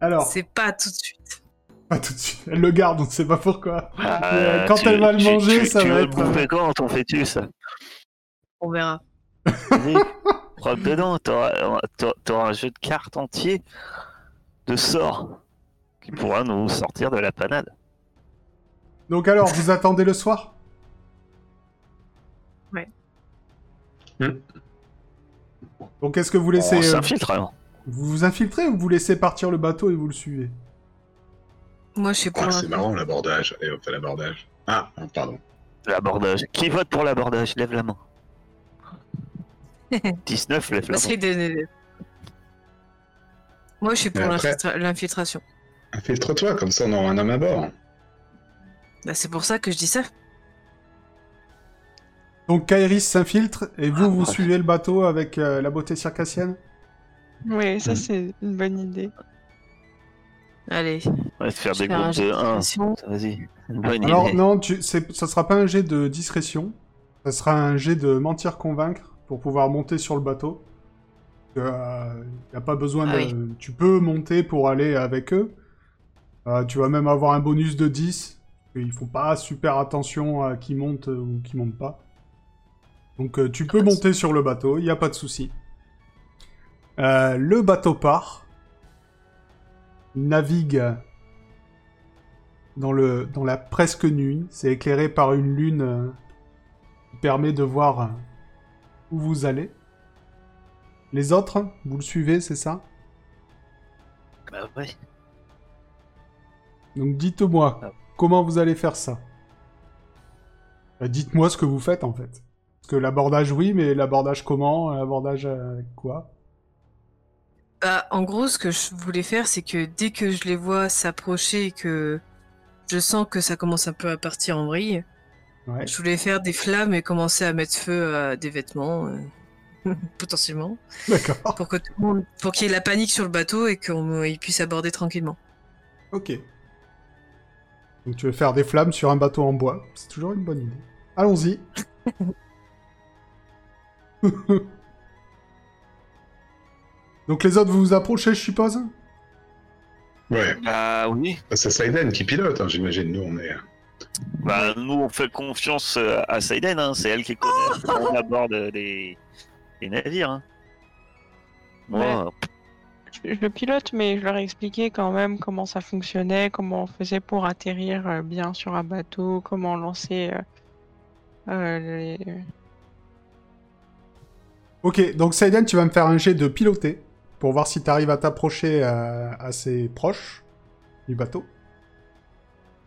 Alors,
C'est pas tout de suite.
pas tout de suite. Elle le garde, on ne sait pas pourquoi.
Euh,
Quand
tu-
elle va le
tu-
manger,
tu-
ça
tu
va
veux
être- euh,
le bouffer quand ton fœtus
On verra.
Vas-y, Frappe dedans, t'auras t'auras- t'auras un jeu de cartes entier de sorts qui pourra nous sortir de la panade.
Donc alors, vous attendez le soir
Ouais.
Hmm.
Donc est-ce que vous
On
laissez... euh,
s'infiltre alors.
vous vous infiltrez ou vous laissez partir le bateau et vous le suivez
Moi, je sais
Ah,
pas.
c'est marrant l'abordage. Allez, on fait l'abordage. Ah, pardon.
L'abordage. Qui vote pour l'abordage Lève la main. 19, lève la main.
Moi, c'est des- Moi, je suis pour
Mais après-
l'infiltra- l'infiltration.
Infiltre-toi, comme ça on aura un homme à bord.
Bah, c'est pour ça que je dis ça.
Donc Kairis s'infiltre et vous, vous
Ah.
suivez le bateau avec euh, la beauté circassienne
Oui, ça,
Mm.
c'est une bonne idée.
Allez,
Ouais, se faire
je
des
fais un
groupes
jet
de 1.
d'infiltration.
Vas-y, une bonne
Alors
idée.
non, tu, c'est- ça sera pas un jet de discrétion, ça sera un jet de mentir-convaincre pour pouvoir monter sur le bateau. Il euh, a pas besoin
Ah
de... Tu peux monter pour aller avec eux. Euh, tu vas même avoir un bonus de 10. et Ils font pas super attention à qui monte euh, ou qui monte pas. Donc euh, tu peux monter sur le bateau, il n'y a pas de souci. Euh, le bateau part. Il navigue dans, le, dans la presque nuit. C'est éclairé par une lune euh, qui permet de voir euh, où vous allez. Les autres, vous le suivez, c'est ça
Bah ouais.
Donc dites-moi,
Ah.
comment vous allez faire ça Euh, Dites-moi ce que vous faites en fait. Parce que l'abordage, oui, mais l'abordage comment L'abordage euh, avec quoi
Bah, en gros, ce que je voulais faire, c'est que dès que je les vois s'approcher et que je sens que ça commence un peu à partir en vrille,
Ouais.
je voulais faire des flammes et commencer à mettre feu à des vêtements, euh, potentiellement,
D'accord.
pour que tout le monde, pour qu'il y ait la panique sur le bateau et qu'on il puisse aborder tranquillement.
Ok. Donc tu veux faire des flammes sur un bateau en bois. C'est toujours une bonne idée. Allons-y. Donc les autres, vous vous approchez, je suppose
Ouais,
Bah oui.
c'est Saiden qui pilote, hein, j'imagine. Nous, on est.
Bah nous, on fait confiance euh, à Saiden, hein. c'est elle qui
Ah
connaît on aborde les, les navires. Hein. Moi, euh,
je, je le pilote, mais je leur ai expliqué quand même comment ça fonctionnait, comment on faisait pour atterrir euh, bien sur un bateau, comment lancer euh, euh, les-
Ok, donc Seiden, tu vas me faire un jet de piloter pour voir si tu arrives à t'approcher euh, assez proche du bateau.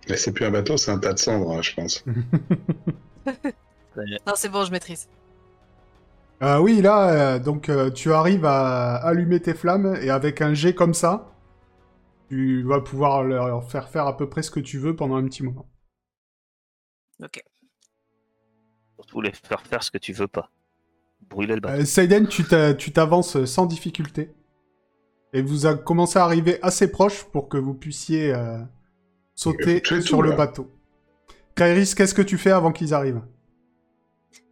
Mais c'est plus un bateau, c'est un tas de cendres, hein, je pense.
Non, c'est bon, je maîtrise.
Euh, oui, là, euh, donc euh, tu arrives à allumer tes flammes et avec un jet comme ça, tu vas pouvoir leur faire faire à peu près ce que tu veux pendant un petit moment.
Ok.
Surtout les faire faire ce que tu veux pas. Brûler le bateau.
Euh, Seiden, tu t'a- tu t'avances sans difficulté. Et vous a- commencez à arriver assez proche pour que vous puissiez euh, sauter
Écoutez tout,
sur le
là.
bateau. Kairis, qu'est-ce que tu fais avant qu'ils arrivent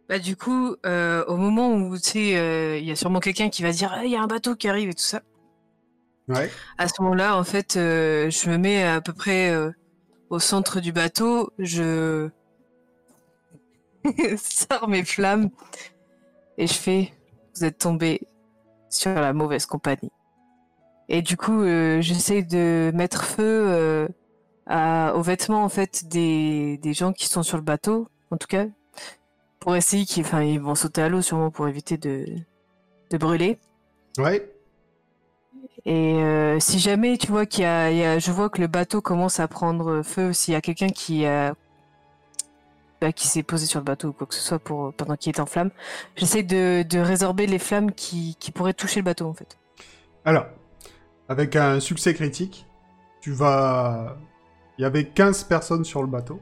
Bah, du coup, euh, au moment où, tu sais, euh, il y a sûrement quelqu'un qui va dire, Ah, il y a un bateau qui arrive et tout ça.
Ouais.
À ce moment-là, en fait, euh, je me mets à peu près euh, au centre du bateau. Je sors mes flammes et je fais Vous êtes tombé sur la mauvaise compagnie. Et du coup, euh, j'essaie de mettre feu euh, à- aux vêtements en fait des, des gens qui sont sur le bateau, en tout cas, pour essayer qu'ils, enfin, ils vont sauter à l'eau sûrement pour éviter de, de brûler.
Ouais.
Et euh, si jamais tu vois qu'il y a, il y a- je vois que le bateau commence à prendre feu, s'il y a quelqu'un qui a, bah, qui s'est posé sur le bateau ou quoi que ce soit pour pendant qu'il est en flamme, j'essaie de, de résorber les flammes qui, qui pourraient toucher le bateau en fait.
Alors, avec un succès critique, tu vas. Il y avait 15 personnes sur le bateau.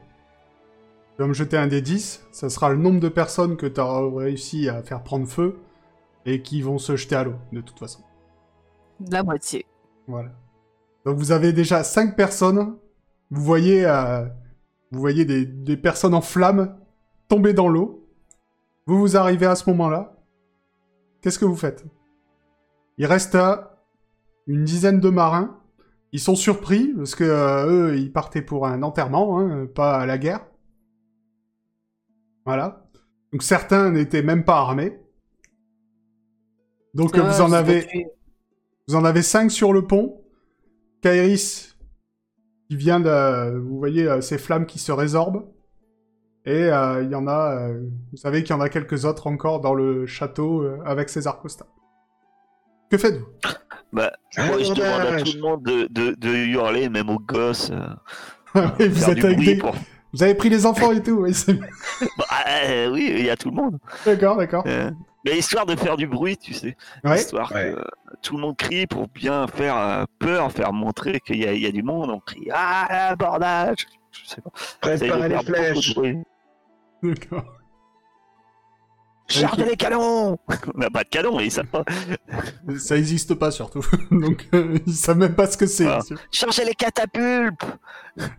Tu vas me jeter un des 10. Ça sera le nombre de personnes que tu as réussi à faire prendre feu et qui vont se jeter à l'eau, de toute façon.
La moitié.
Voilà. Donc vous avez déjà 5 personnes. Vous voyez, euh, vous voyez des, des personnes en flammes tomber dans l'eau. Vous vous arrivez à ce moment-là. Qu'est-ce que vous faites Il reste euh, une dizaine de marins. Ils sont surpris parce que euh, eux, ils partaient pour un enterrement, hein, pas à la guerre. Voilà. Donc certains n'étaient même pas armés. Donc
Ça
euh,
va,
vous en
Ah, je les ai
avez,
tués.
vous en avez 5 sur le pont. Kairis, qui vient de... Vous voyez euh, ces flammes qui se résorbent. Et euh, il y en a... euh, vous savez qu'il y en a quelques autres encore dans le château euh, avec César Costa. Que faites-vous
Moi, je demande à
dommage.
tout le monde de, de, de hurler, même aux gosses. euh,
Et
faire
vous, êtes
du
avec
bruit
des-
pour-
vous avez pris les enfants et tout. oui, c'est-
Bah, euh, oui, il y a tout le monde.
d'accord, d'accord.
Euh, mais histoire de faire du bruit, tu sais.
Ouais.
Histoire
Ouais.
que euh, tout le monde crie pour bien faire euh, peur, faire montrer qu'il y, a- il y a du monde. On crie Ah, bordage Je sais pas. J'essaye de
Préparez les
faire beaucoup de
flèches
bruit.
D'accord.
Chargez les canons On n'a Bah, pas de canon, mais ils savent pas.
Ça n'existe pas surtout. Donc euh, ils savent même pas ce que c'est.
Ah. Chargez les catapultes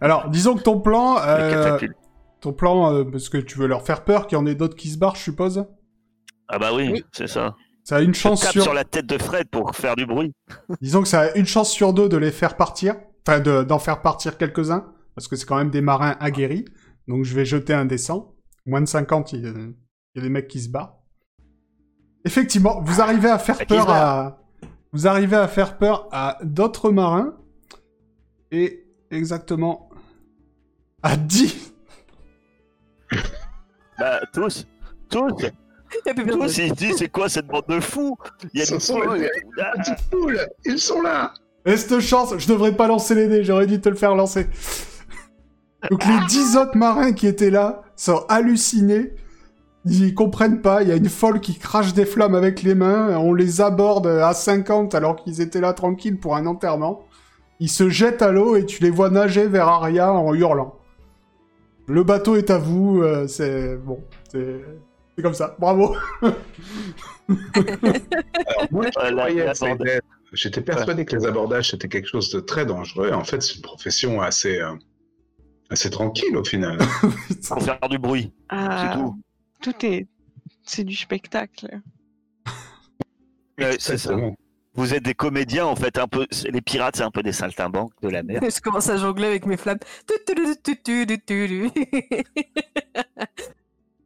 Alors disons que ton plan...
Les
euh,
catapultes.
ton plan, euh, parce que tu veux leur faire peur, qu'il y en ait d'autres qui se barrent, je suppose.
Ah bah oui,
oui.
c'est ça.
Ça a une
Je tape
chance
sur...
sur...
la tête de Fred pour faire du bruit.
Disons que ça a une chance sur deux de les faire partir, enfin de- d'en faire partir quelques-uns, parce que c'est quand même des marins aguerris. Donc je vais jeter un dessin. Moins de 50, il y a, il y a des mecs qui se barrent. Effectivement, vous arrivez à faire
Qui se
peur à, vous arrivez à faire peur à d'autres marins et exactement à 10.
Bah, tous tous,
Il y a plus
tous,
personne.
ils se disent c'est quoi cette bande de fous Il y a
Ce
des
sont
fous.
les-
Ah,
Petite poule, ils sont là
Et cette chance, je devrais pas lancer les dés, j'aurais dû te le faire lancer. Donc les dix autres marins qui étaient là sont hallucinés. Ils comprennent pas, il y a une folle qui crache des flammes avec les mains, on les aborde à 50 alors qu'ils étaient là tranquilles pour un enterrement. Ils se jettent à l'eau et tu les vois nager vers Aria en hurlant. Le bateau est à vous, euh, c'est... Bon, c'est... C'est comme ça, bravo
Alors, moi, je
Voilà,
croyais
la
que ça
bande.
aidait. J'étais persuadé que les abordages, c'était quelque chose de très dangereux. En fait, c'est une profession assez, euh, assez tranquille, au final.
Pour faire du bruit, c'est
Ah,
tout.
tout est. C'est du spectacle.
Ouais, c'est ça.
Exactement.
Vous êtes des comédiens en fait, un peu. c'est- Les pirates, c'est un peu des saltimbanques de la mer.
Je commence à jongler avec mes flammes. Tu, tu, tu, tu, tu, tu, tu.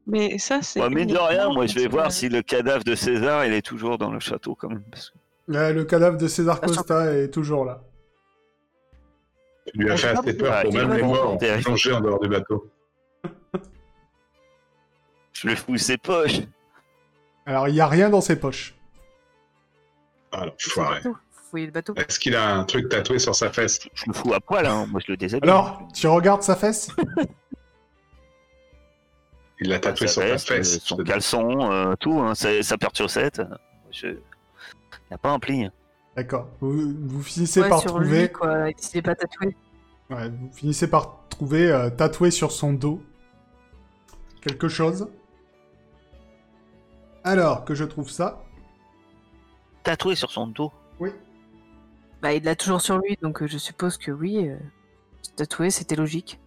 Mais ça, c'est.
Moi, mine de rien,
uniquement
moi, je
parce
vais
que-
voir si le cadavre de César, il est toujours dans le château quand même. parce que
Ouais, Euh, le cadavre de César Costa est toujours là.
Tu lui as fait assez peur pour
Ouais,
même
il est
les voir en
vraiment terrifiant.
plongée en dehors du bateau.
Je le fous ses poches.
Alors, il n'y a rien dans ses poches.
Alors,
C'est le
foiré.
bateau. Faut fouiller le bateau.
Ah, Est-ce qu'il a un truc tatoué sur sa fesse
Je le fous à poil, hein. Moi, je le déshabille.
Alors, tu regardes sa fesse
Il l'a tatoué
Sa
sur ta
veste,
fesse.
euh, Son caleçon, euh, tout, hein, sa, sa paire de chaussettes. euh, Je... Il n'y a pas un pli. hein.
D'accord. Vous, vous finissez
Ouais,
par
sur
trouver...
lui, quoi. Il est pas tatoué.
Ouais, vous finissez par trouver euh, tatoué sur son dos quelque chose. Alors que je trouve ça.
Tatoué sur son dos.
Oui.
Bah, il l'a toujours sur lui, donc euh, je suppose que oui. euh, se tatouer, c'était logique.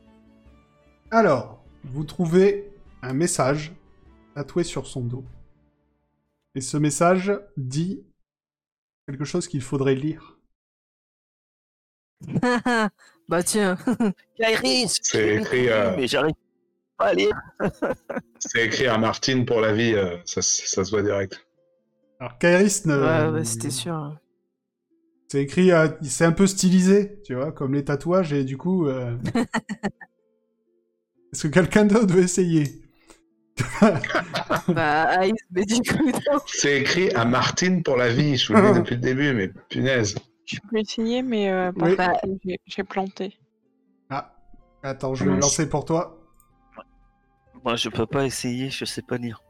Alors, vous trouvez un message tatoué sur son dos. Et ce message dit quelque chose qu'il faudrait lire.
bah, tiens.
Euh,
Kairis
C'est écrit, euh,
Mais j'arrive pas à lire.
C'est écrit à Martine pour la vie, euh, ça, se- ça se voit direct.
Alors, Kairis ne.
Ouais, ouais, c'était sûr.
C'est écrit, euh, c'est un peu stylisé, tu vois, comme les tatouages, et du coup. euh, Est-ce que quelqu'un d'autre veut essayer
bah, Aïs, mais du coup, non.
C'est écrit à Martine pour la vie, je vous le dis depuis le début, mais punaise.
Je peux essayer, mais euh, par
Oui.
contre, j'ai- j'ai planté.
Ah, attends, je vais le
Mince.
lancer pour toi.
Moi, je peux pas essayer, je sais pas lire.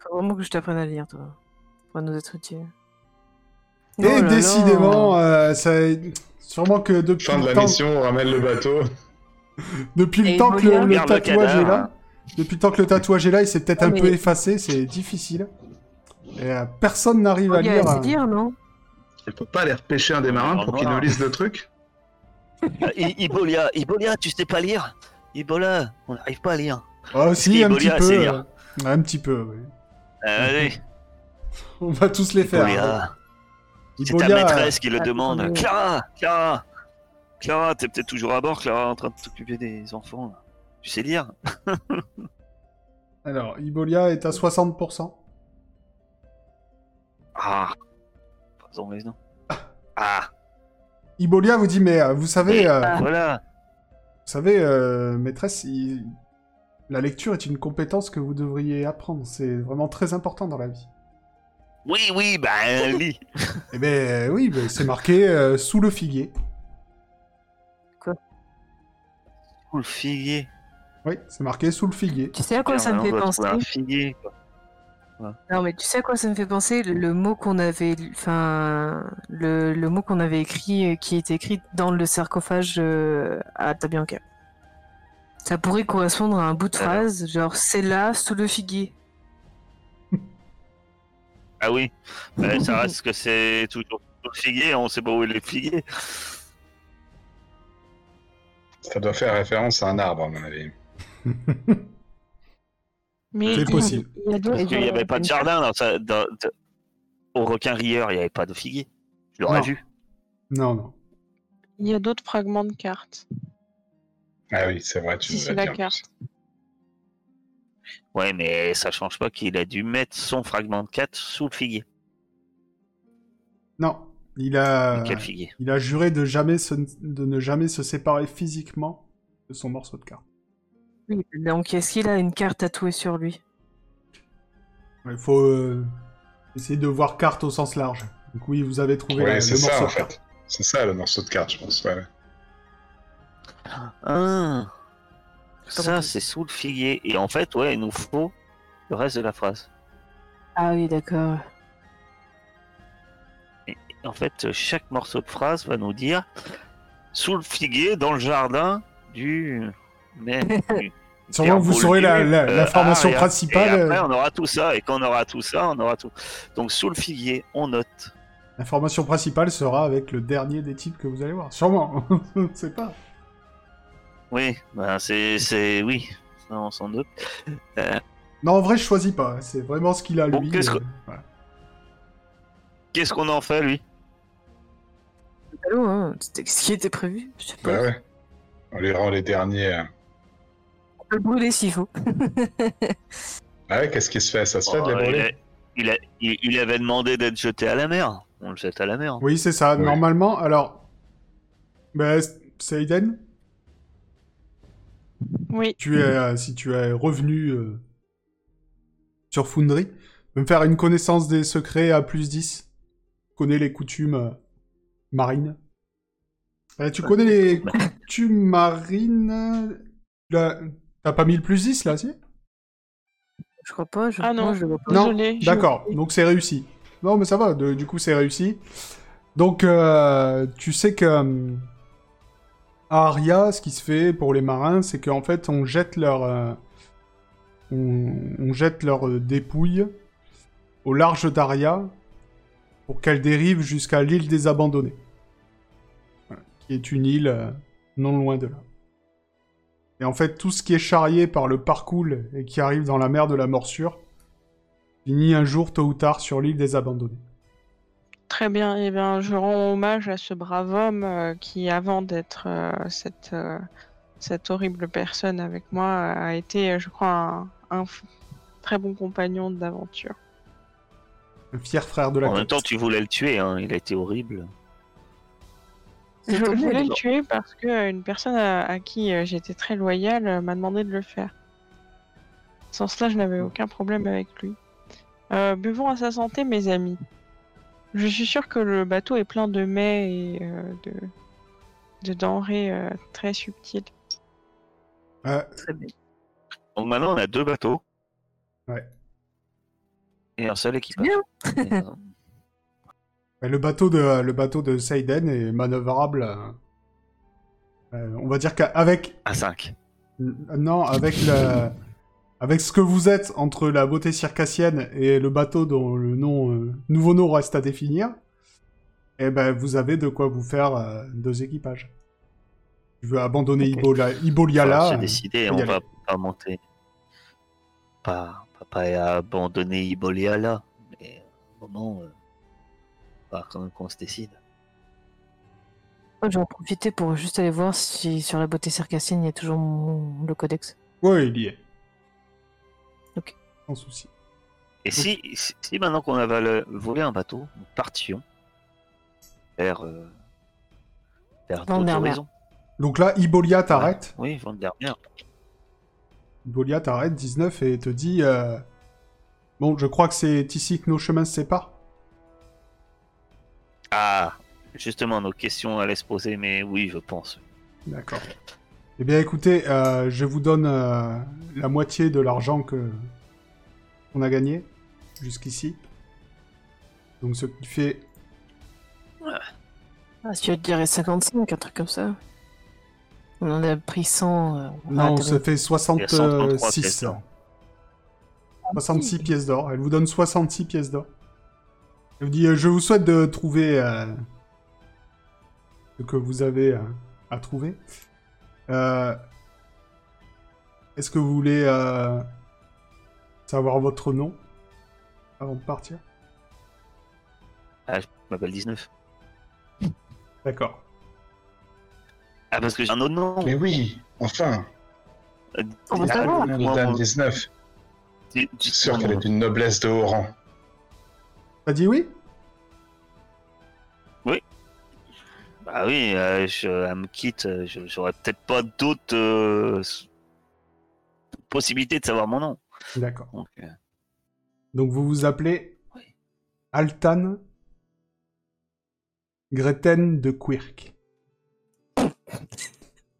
Faut vraiment que je t'apprenne à lire, toi. Pour nous être utile. Oh
Et Eh, décidément, euh, ça... sûrement que depuis
Fin de
le
la
temps,
mission, on ramène le bateau.
depuis le
Et
temps que le,
Bolia
le
Regarde le
tatouage est
cadavre,
là,
hein.
depuis le temps que le tatouage est là, il s'est peut-être
Ah,
un
mais-
peu effacé, c'est difficile. Et, euh, personne n'arrive à
Oh, Il y
lire.
a à
hein.
dire, non
On peut pas aller repêcher un des marins pour qu'il nous lise le truc
Ah, I- Ibolia, Ibolia, tu sais pas lire Ibola, on n'arrive pas à lire.
Ah, si,
que
un petit
Bolia
peu.
sait
euh,
lire
un petit peu, oui.
Euh, Allez,
On va tous les faire. hein.
Ibolia. C'est ta
Ibolia,
maîtresse qui le
Ah,
demande.
attendez.
Clara, Clara, Clara, t'es peut-être toujours à bord, Clara, en train de t'occuper des enfants. là. Tu sais lire
Alors, Ibolia est à 60%.
Ah. Pardon, mais non. Ah,
Ibolia vous dit, mais euh, vous savez,
Et-
euh,
Ah.
voilà.
Vous savez, euh, maîtresse, il- la lecture est une compétence que vous devriez apprendre. C'est vraiment très important dans la vie.
Oui, oui, bah, lis.
Eh ben oui, ben, c'est marqué euh, sous le figuier.
Ou le figuier.
Oui, c'est marqué sous le figuier.
Tu sais à quoi
Merde,
ça me
on
fait
doit
penser
trouver Un figuier, quoi.
Non, mais tu sais à quoi ça me fait penser le, le mot qu'on avait, enfin, le, le mot qu'on avait écrit, euh, qui est écrit dans le sarcophage euh, à Tabianca. Ça pourrait correspondre à un bout de
Alors.
phrase, genre c'est là sous le figuier.
Ah oui, Euh, ça reste que c'est toujours sous le figuier, on sait pas où est le figuier.
Ça doit faire référence à un arbre, à mon avis.
Mais
C'est possible.
Il y a
Parce
d'autres-
qu'il n'y avait pas de jardin dans sa- dans- dans- au requin rieur, il n'y avait pas de figuier. Je l'aurais
Non.
vu.
Non, non.
Il y a d'autres fragments de cartes.
Ah oui, c'est vrai, tu
Si
nous
c'est
l'as
la
dit en
carte.
Ouais, mais ça change pas qu'il a dû mettre son fragment de 4 sous le figuier.
Non. Il a,
Euh.
Mais Quel figuier
il a juré de, jamais se- de ne jamais se séparer physiquement de son morceau de carte.
Oui, donc est-ce qu'il a une carte tatouée sur lui
Il faut euh, essayer de voir carte au sens large. Donc oui, vous avez
plus.
trouvé la-
Ouais,
le
c'est
morceau
ça, en
de carte.
fait. C'est ça, le morceau de carte, je pense. ouais.
Ah,
pas
Ça,
compris.
c'est sous le figuier. Et en fait, ouais, il nous faut le reste de la phrase.
Ah oui, d'accord.
En fait, euh, chaque morceau de phrase va nous dire sous le figuier, dans le jardin du. Mais. du-
Sûrement que vous saurez la, la, la
Euh,
formation
ah, et- Et
principale. euh,
après, on aura tout ça, et quand on aura tout ça, on aura tout. Donc, sous le figuier, on note.
L'information principale sera avec le dernier des types que vous allez voir. Sûrement, on ne sait pas.
Oui, ben c'est. c'est- Oui, ça, on s'en doute.
Non, en vrai, je choisis pas. C'est vraiment ce qu'il a,
Bon,
lui.
qu'est-ce
euh,
que-
voilà.
Qu'est-ce qu'on en fait, lui
Allô, hein, c'était ce qui était prévu. Je sais
Bah
pas.
ouais. On lui rend les derniers. euh.
On peut le brûler s'il faut.
Ah ouais, qu'est-ce qui se fait Ça se fait de
Oh,
les
il,
brûler
a, Il, a- il- il avait demandé d'être jeté à la mer. On le jette à la mer.
Oui, c'est ça.
Ouais.
Normalement, alors. Ben, c'est Aiden
Oui,
tu
Mhm.
es, euh, si tu es revenu euh, sur Foundry, de me faire une connaissance des secrets à plus 10. Tu connais les coutumes euh, marines. Euh, tu connais les coutumes marines. Tu l'as- T'as pas mis le plus 10 là, si
Je crois pas. Je...
Ah non.
je vois pas.
Non,
désolé.
D'accord, donc c'est réussi. Non, mais ça va, de- du coup, c'est réussi. Donc, euh, tu sais que. hum, à Aria, ce qui se fait pour les marins, c'est qu'en fait, on jette leur. euh, on, on jette leurs euh, dépouilles au large d'Aria pour qu'elles dérivent jusqu'à l'île des Abandonnés. Voilà, qui est une île euh, non loin de là. Et en fait, tout ce qui est charrié par le parcours et qui arrive dans la mer de la morsure finit un jour tôt ou tard sur l'île des abandonnés.
Très bien, eh bien, je rends hommage à ce brave homme euh, qui, avant d'être euh, cette, euh, cette horrible personne avec moi, euh, a été, je crois, un, un f- très bon compagnon d'aventure.
Un fier frère de la
En même
côte.
temps, tu voulais le tuer, hein. il a été horrible.
Je, je voulais le
non.
tuer parce que euh, une personne à, à qui euh, j'étais très loyale euh, m'a demandé de le faire. Sans cela, je n'avais aucun problème avec lui. Euh, buvons à sa santé, mes amis. Je suis sûr que le bateau est plein de mets et euh, de, de denrées euh, très subtiles.
Euh,
Très bien. Donc maintenant, on a deux bateaux.
Ouais.
Et un seul équipage.
Bien.
Et, euh,
bah, le, bateau de, le bateau de Seiden est manœuvrable. euh, euh, on va dire qu'avec.
à 5.
Non, avec la. Avec ce que vous êtes entre la beauté circassienne et le bateau dont le nom, euh, nouveau nom reste à définir, eh ben vous avez de quoi vous faire euh, deux équipages. Tu veux abandonner
Ok.
Ibola- Iboliala
C'est
euh,
décidé,
faut y
on
aller.
va pas monter. Pas, pas, pas abandonner Iboliala. Mais au moment, euh, bah, quand même qu'on se décide.
Moi, J'en profitais pour juste aller voir si sur la beauté circassienne il y a toujours mon- le codex.
euh, Ouais, il y est.
Ok.
Sans souci.
Et si, si, si maintenant qu'on avait le- volé un bateau, nous partions vers, euh, vers
Van der
d'autres
Meer.
horizons.
Donc là, Ibolia t'arrête.
Oui, Vandermeer.
Bolia t'arrête 19 et te dit euh, Bon, je crois que c'est ici que nos chemins se séparent.
Ah, justement, nos questions allaient se poser, mais oui, je pense.
D'accord. Eh bien, écoutez, euh, je vous donne euh, la moitié de l'argent que qu'on a gagné jusqu'ici. Donc, ce qui fait.
Ah, si tu veux te dire 55, un truc comme ça. On en a pris 100. euh, on a
Non,
Ah,
atterri.
ça fait
Il y a 133 pièces
66.
d'or.
66 pièces d'or. Elle vous donne 66 pièces d'or. Elle vous dit euh, Je vous souhaite de trouver euh, ce que vous avez euh, à trouver. Euh, Est-ce que vous voulez euh, savoir votre nom avant de partir
Je m'appelle 19.
D'accord.
Ah, parce que j'ai un autre nom.
Mais oui, enfin,
Euh,
On va
Ah,
dis-
savoir.
dis-
Madame 19,
dis-
je
dis-
suis sûr qu'elle est d'une noblesse de haut rang.
T'as dit oui
Bah oui, euh, je, elle me quitte. euh, je- J'aurais peut-être pas d'autres euh, s- possibilités de savoir mon nom.
D'accord.
Donc, euh,
Donc vous vous appelez
Oui.
Altan Greten de Quirk.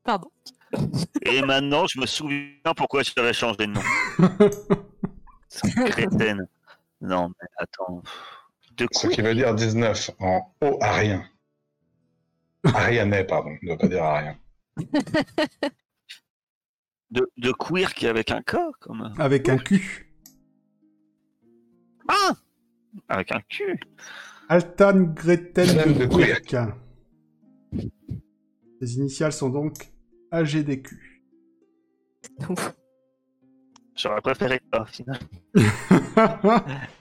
Pardon.
Et maintenant, je me souviens pourquoi j'avais changé de nom. Sans crétaine. Non, mais attends. De
Ce
quoi
qui veut dire 19 en haut arien. Arianais, pardon, ne doit pas dire arien.
de, de quirk avec un K, comme. euh.
Avec un Q.
Ah Avec un Q
Altan Greten
Madame
de
de
Quirk. Les initiales sont donc AGDQ.
J'aurais préféré pas, finalement.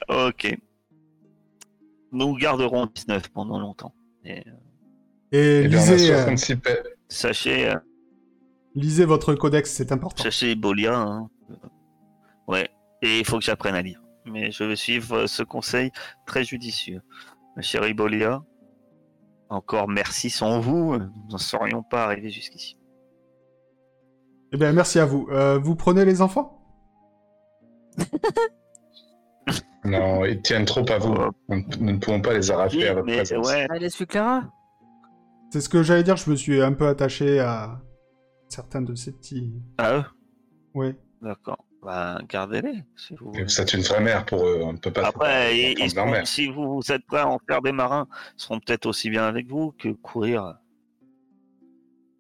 Ok. Nous garderons 19 pendant longtemps.
Et
Et Eh bien, on a
lisez, euh,
66 pa-
Sachez, euh,
lisez votre codex, c'est important.
sachez Bolia. hein. Ouais. Et il faut que j'apprenne à lire. mais je vais suivre euh, ce conseil très judicieux. Ma chère Ibolia, encore merci sans vous, euh, nous n'en serions pas arrivés jusqu'ici.
Eh bien, merci à vous. Euh, vous prenez les enfants
Non, ils tiennent trop à vous. Nous ne- nous ne pouvons pas les arracher à
Euh, Oui,
votre
mais
présence.
ouais,
Allez, suis Clara.
C'est ce que j'allais dire, je me suis un peu attaché à certains de ces petits...
à eux,
Ouais. Eh
d'accord. Bah, gardez-les, si vous voulez.
C'est une vraie mère pour eux. On ne peut pas.
Après, ils-
ils,
ils seront- si vous, vous êtes prêts à en faire des marins, ils seront peut-être aussi bien avec vous que courir.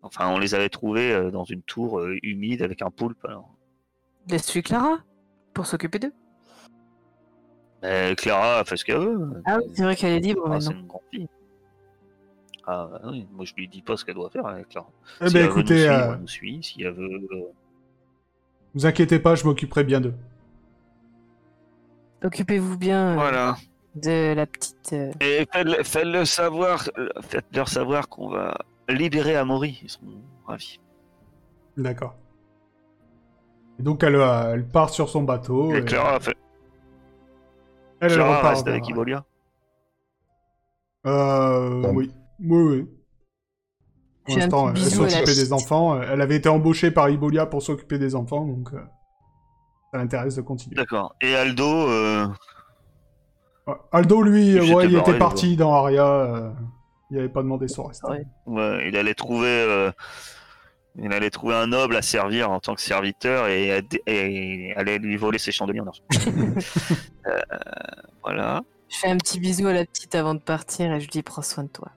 Enfin, on les avait trouvés euh, dans une tour euh, humide avec un poulpe. alors.
Laisse suis Clara pour s'occuper d'eux.
Mais Euh, Clara a fait ce qu'elle veut.
Ah oui, c'est vrai qu'elle est libre
Ah, c'est
maintenant.
une grande fille. Ah bah oui, moi je lui dis pas ce qu'elle doit faire avec Clara.
Eh
si
bien,
elle veut nous
écoutez,
suivre,
euh,
elle nous suit. Si elle veut, euh,
vous inquiétez pas, je m'occuperai bien d'eux.
Occupez-vous bien euh,
Voilà.
de la petite. euh,
Et faites-le faites-le savoir, euh, faites-leur savoir qu'on va libérer Amaury. Ils seront ravis.
D'accord. Et donc, elle, euh, elle part sur son bateau.
Et
et
Clara, fait-
elle, elle
Clara
repart.
reste avec
vers-
Ibolia.
Euh,
Bon.
oui. Oui, oui.
J'ai
Pour
un
l'instant,
petit
elle
bisou
à la
s'occupait
petite.
des enfants. euh, Elle avait été embauchée par Ibolia pour s'occuper des enfants, donc euh, ça l'intéresse de continuer.
D'accord. Et Aldo, euh,
Ouais. Aldo, lui,
Il
euh,
s'était
ouais, il
barré,
était parti dans Aria. euh, il n'avait pas demandé son reste.
Ouais.
ouais, il allait trouver, euh, il allait trouver un noble à servir en tant que serviteur et, et allait lui voler ses chandeliers en argent. Euh, voilà.
Je fais un petit bisou à la petite avant de partir et je lui dis prends soin de toi.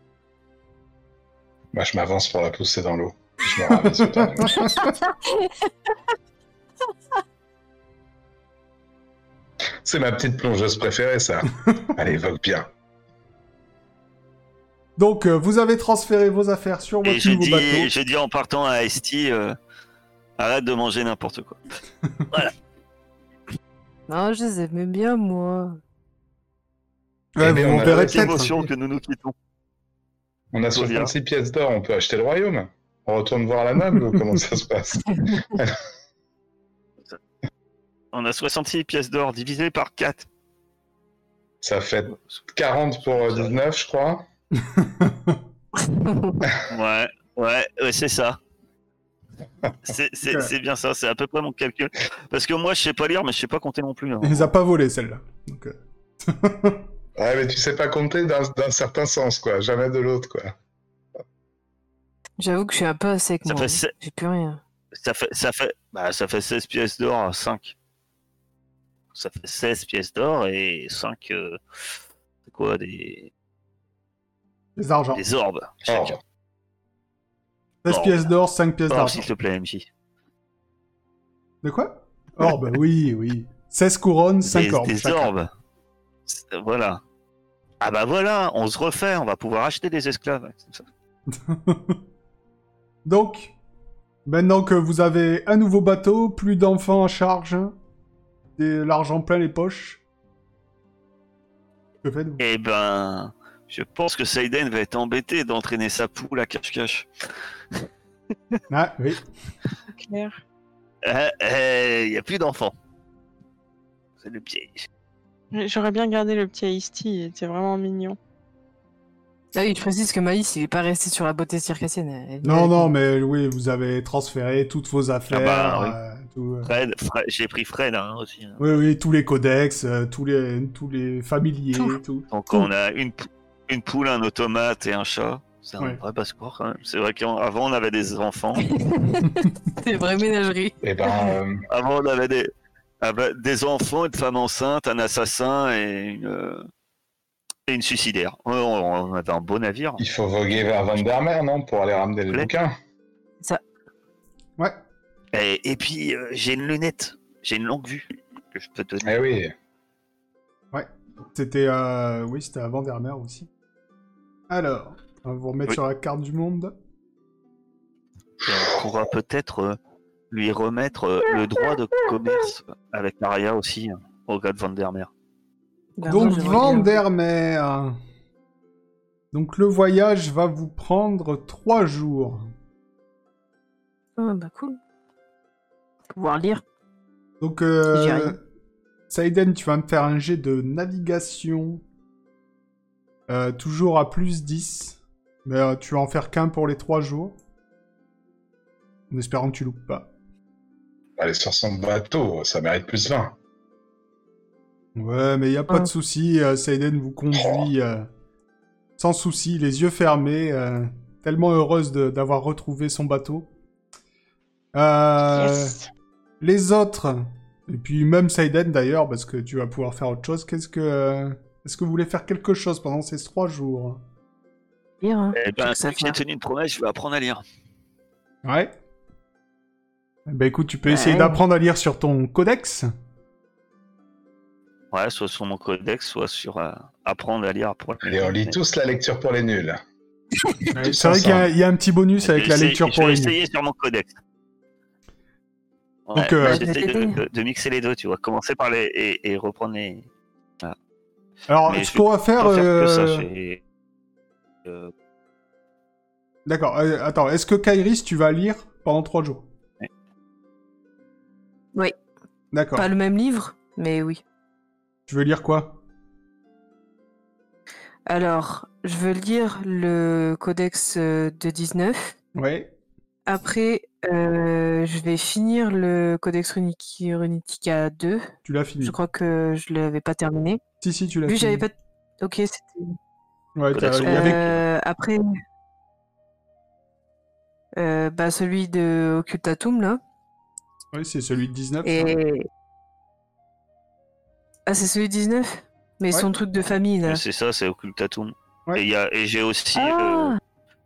je m'avance pour la pousser dans l'eau. Je me ravise pas. C'est ma petite plongeuse préférée, ça. Allez, vogue bien.
Donc, euh, vous avez transféré vos affaires sur
Et
votre
je
nouveau
dis,
bateau.
je dis en partant à Esti, euh, arrête de manger n'importe quoi.
Non, je les aime bien moi.
Ouais,
Eh bien,
euh,
vous
on a
verrez
la petite
peut-être.
Émotion que nous nous quittons.
On a
Faut dire.
66 pièces d'or, on peut acheter le royaume. On retourne voir la noble ou comment ça se passe
On a 66 pièces d'or divisées par 4.
Ça fait 40 pour euh, 19, je crois.
Ouais, ouais, ouais, c'est ça. C'est c'est-
Ouais.
c'est bien ça, c'est à peu près mon calcul. Parce que moi, je sais pas lire, mais je sais pas compter non plus. hein.
Il les a pas volés, celle-là. Donc, euh,
Ouais, mais tu sais pas compter d'un d'un certain sens, quoi. Jamais de l'autre, quoi.
J'avoue que je suis un peu à sec
Ça
moi.
fait
hein.
sept.
J'ai plus rien.
Ça fait, ça fait, bah, ça fait 16 pièces d'or à 5. Ça fait 16 pièces d'or et 5. c'est quoi Des,
les argents.
des orbes.
Or,
chacun.
16
or.
pièces d'or, 5 pièces
Orbes,
d'argent.
s'il te plaît, MJ.
De quoi Orbe, oui, oui. 16 couronnes, 5
des,
orbes.
des
chacun.
orbes. C'est- Voilà. Ah bah voilà, on se refait, on va pouvoir acheter des esclaves.
Donc, maintenant que vous avez un nouveau bateau, plus d'enfants à charge, de l'argent plein les poches, que faites-vous
Eh ben, je pense que Seiden va être embêté d'entraîner sa poule à cache-cache.
Ah, oui.
Claire.
Il euh, euh, y a plus d'enfants. C'est le piège.
J'aurais bien gardé le petit Ice-T, il était vraiment mignon.
Ah oui, je précise que Maïs il est pas resté sur la beauté circassienne. elle-
Non,
elle-
non, mais oui, vous avez transféré toutes vos affaires,
Ah
euh, tout, euh,
Fred, Fred- j'ai pris Fred hein, aussi. hein.
oui, oui, tous les codex, euh, tous les, tous les familiers,
Tout.
tout.
Donc on a une, pou- une poule, un automate et un chat. C'est un
Ouais.
vrai passeport quand même. C'est vrai qu'avant on avait des enfants.
C'est vraie ménagerie.
Eh ben, euh,
Avant, on avait des, avait des enfants, une femme enceinte, un assassin et une, euh, et une suicidaire. Ouais, on, on avait un beau navire.
il faut voguer vers Vandermeer, non Pour aller ramener les
Plaît.
bouquins.
Ouais.
Et, et puis, euh, j'ai une lunette. J'ai une longue vue que je peux te donner.
Eh oui.
C'était, euh, oui, c'était avant Vermeer aussi. Alors, on va vous remettre
Oui.
sur la carte du monde.
Et on pourra peut-être euh, lui remettre euh, le droit de commerce avec Maria aussi, hein, au gars de Vandermeer.
Bah,
Ben,
Donc
moi, j'aimerais bien-
Vandermeer. Donc le voyage va vous prendre trois jours.
Ah, bah cool. Pouvoir lire.
Donc
J'y
euh,
arrive.
Saiden, tu vas me faire un jet de navigation. Euh, toujours à plus 10. Mais euh, tu vas en faire qu'un pour les 3 jours. En espérant que tu loupes pas.
Allez, sur son bateau, ça mérite plus 20.
Ouais, mais il a pas
Ah.
de souci. euh, Saiden vous conduit euh, sans souci, les yeux fermés, euh, tellement heureuse de- d'avoir retrouvé son bateau. Euh,
Yes.
Les autres, et puis même Saiden d'ailleurs, parce que tu vas pouvoir faire autre chose. Qu'est-ce que, est-ce que vous voulez faire quelque chose pendant ces trois jours
Lire, hein.
Eh ben,
Tout ça
vu que j'ai
va.
tenu une promesse, je vais apprendre à lire.
Ouais. Bah écoute, tu peux essayer
Ouais.
d'apprendre à lire sur ton codex.
Ouais, soit sur mon codex, soit sur euh, apprendre à lire pour
Allez, on lit tous la lecture pour les nuls.
Ouais, C'est vrai qu'il y a- il y, a un petit
Eh
bonus avec la lecture pour les
ben, Je vais
nuls.
essayer sur mon codex. Ouais,
Donc, euh,
bah, j'essaie de,
Vas-y.
de- de mixer les deux, tu vois. Commencer par les. et, et reprendre les.
Alors,
Mais
ce
je-
qu'on va faire.
Pas faire que ça,
euh,
j'ai- euh,
D'accord, euh, attends, est-ce que Kairis, tu vas lire pendant trois jours
Ouais.
Oui.
D'accord.
Pas le même livre, mais oui.
Tu veux lire quoi
Alors, je veux lire le codex euh, de 19.
Ouais.
Après, euh, je vais finir le codex Runic- Runitica 2.
Tu l'as fini.
Je crois que je l'avais pas terminé.
Si, si, tu l'as
Vu que
fini.
j'avais pas. Ok, c'était.
Ouais, t'as-
Codex
il y avait-
Euh, après. Euh, bah, celui de Occultatum, là.
ouais, c'est celui de 19. ça.
Euh. Et. Ah, c'est celui de 19 Mais
Ouais.
son truc de famille, là.
C'est ça, c'est Occultatum.
Ouais.
Et, il y a- et j'ai aussi. euh,
Ah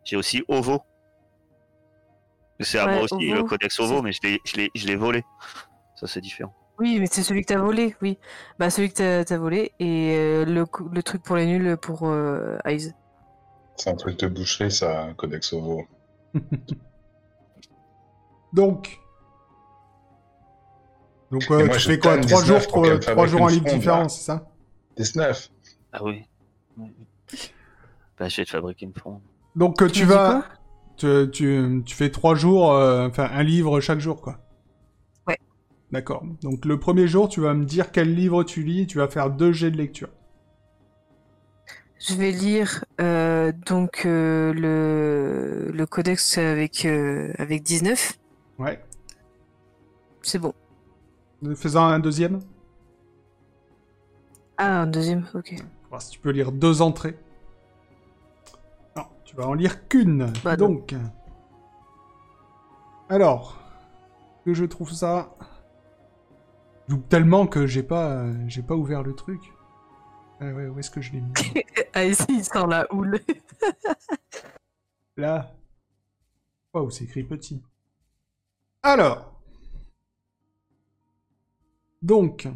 J'ai aussi Ovo. C'est à
Ouais,
moi aussi,
Ovo,
le codex Ovo,
c'est-
mais je l'ai- je l'ai je l'ai volé. Ça, c'est différent.
Oui, mais c'est celui que t'as volé, oui. Bah, celui que t'as- t'as volé et euh, le, cou- le truc pour les nuls pour euh, Eyes.
C'est un truc de boucher, ça, un Codex Ovo.
Donc. Donc, euh,
Et moi,
tu
je
fais quoi
tanne
3 jours,
19 pour qu'elle me
3,
fabrique
jours en
une
livre
fronde,
différent,
là.
c'est ça
19.
Ah oui. Bah, je vais te fabriquer une fronde.
Donc, euh,
Tu
tu
m'as dit
vas. Tu, tu, tu fais 3 jours, euh, enfin, un livre chaque jour, quoi.
Ouais.
D'accord. Donc, le premier jour, tu vas me dire quel livre tu lis, tu vas faire deux jets de lecture.
Je vais lire euh, donc euh, le, le codex avec, euh, avec 19.
Ouais.
C'est bon.
Faisant un deuxième.
Ah, un deuxième, ok.
Faut voir si tu peux lire deux entrées. Non, tu vas en lire qu'une.
Bah non.
donc. Alors, que je trouve ça. Je loupe Tellement que j'ai pas, euh, j'ai pas ouvert le truc. Ah ouais, où est-ce que je l'ai mis
Ah, ici, il sort la houle.
Là. Waouh, c'est écrit petit. Alors. Donc.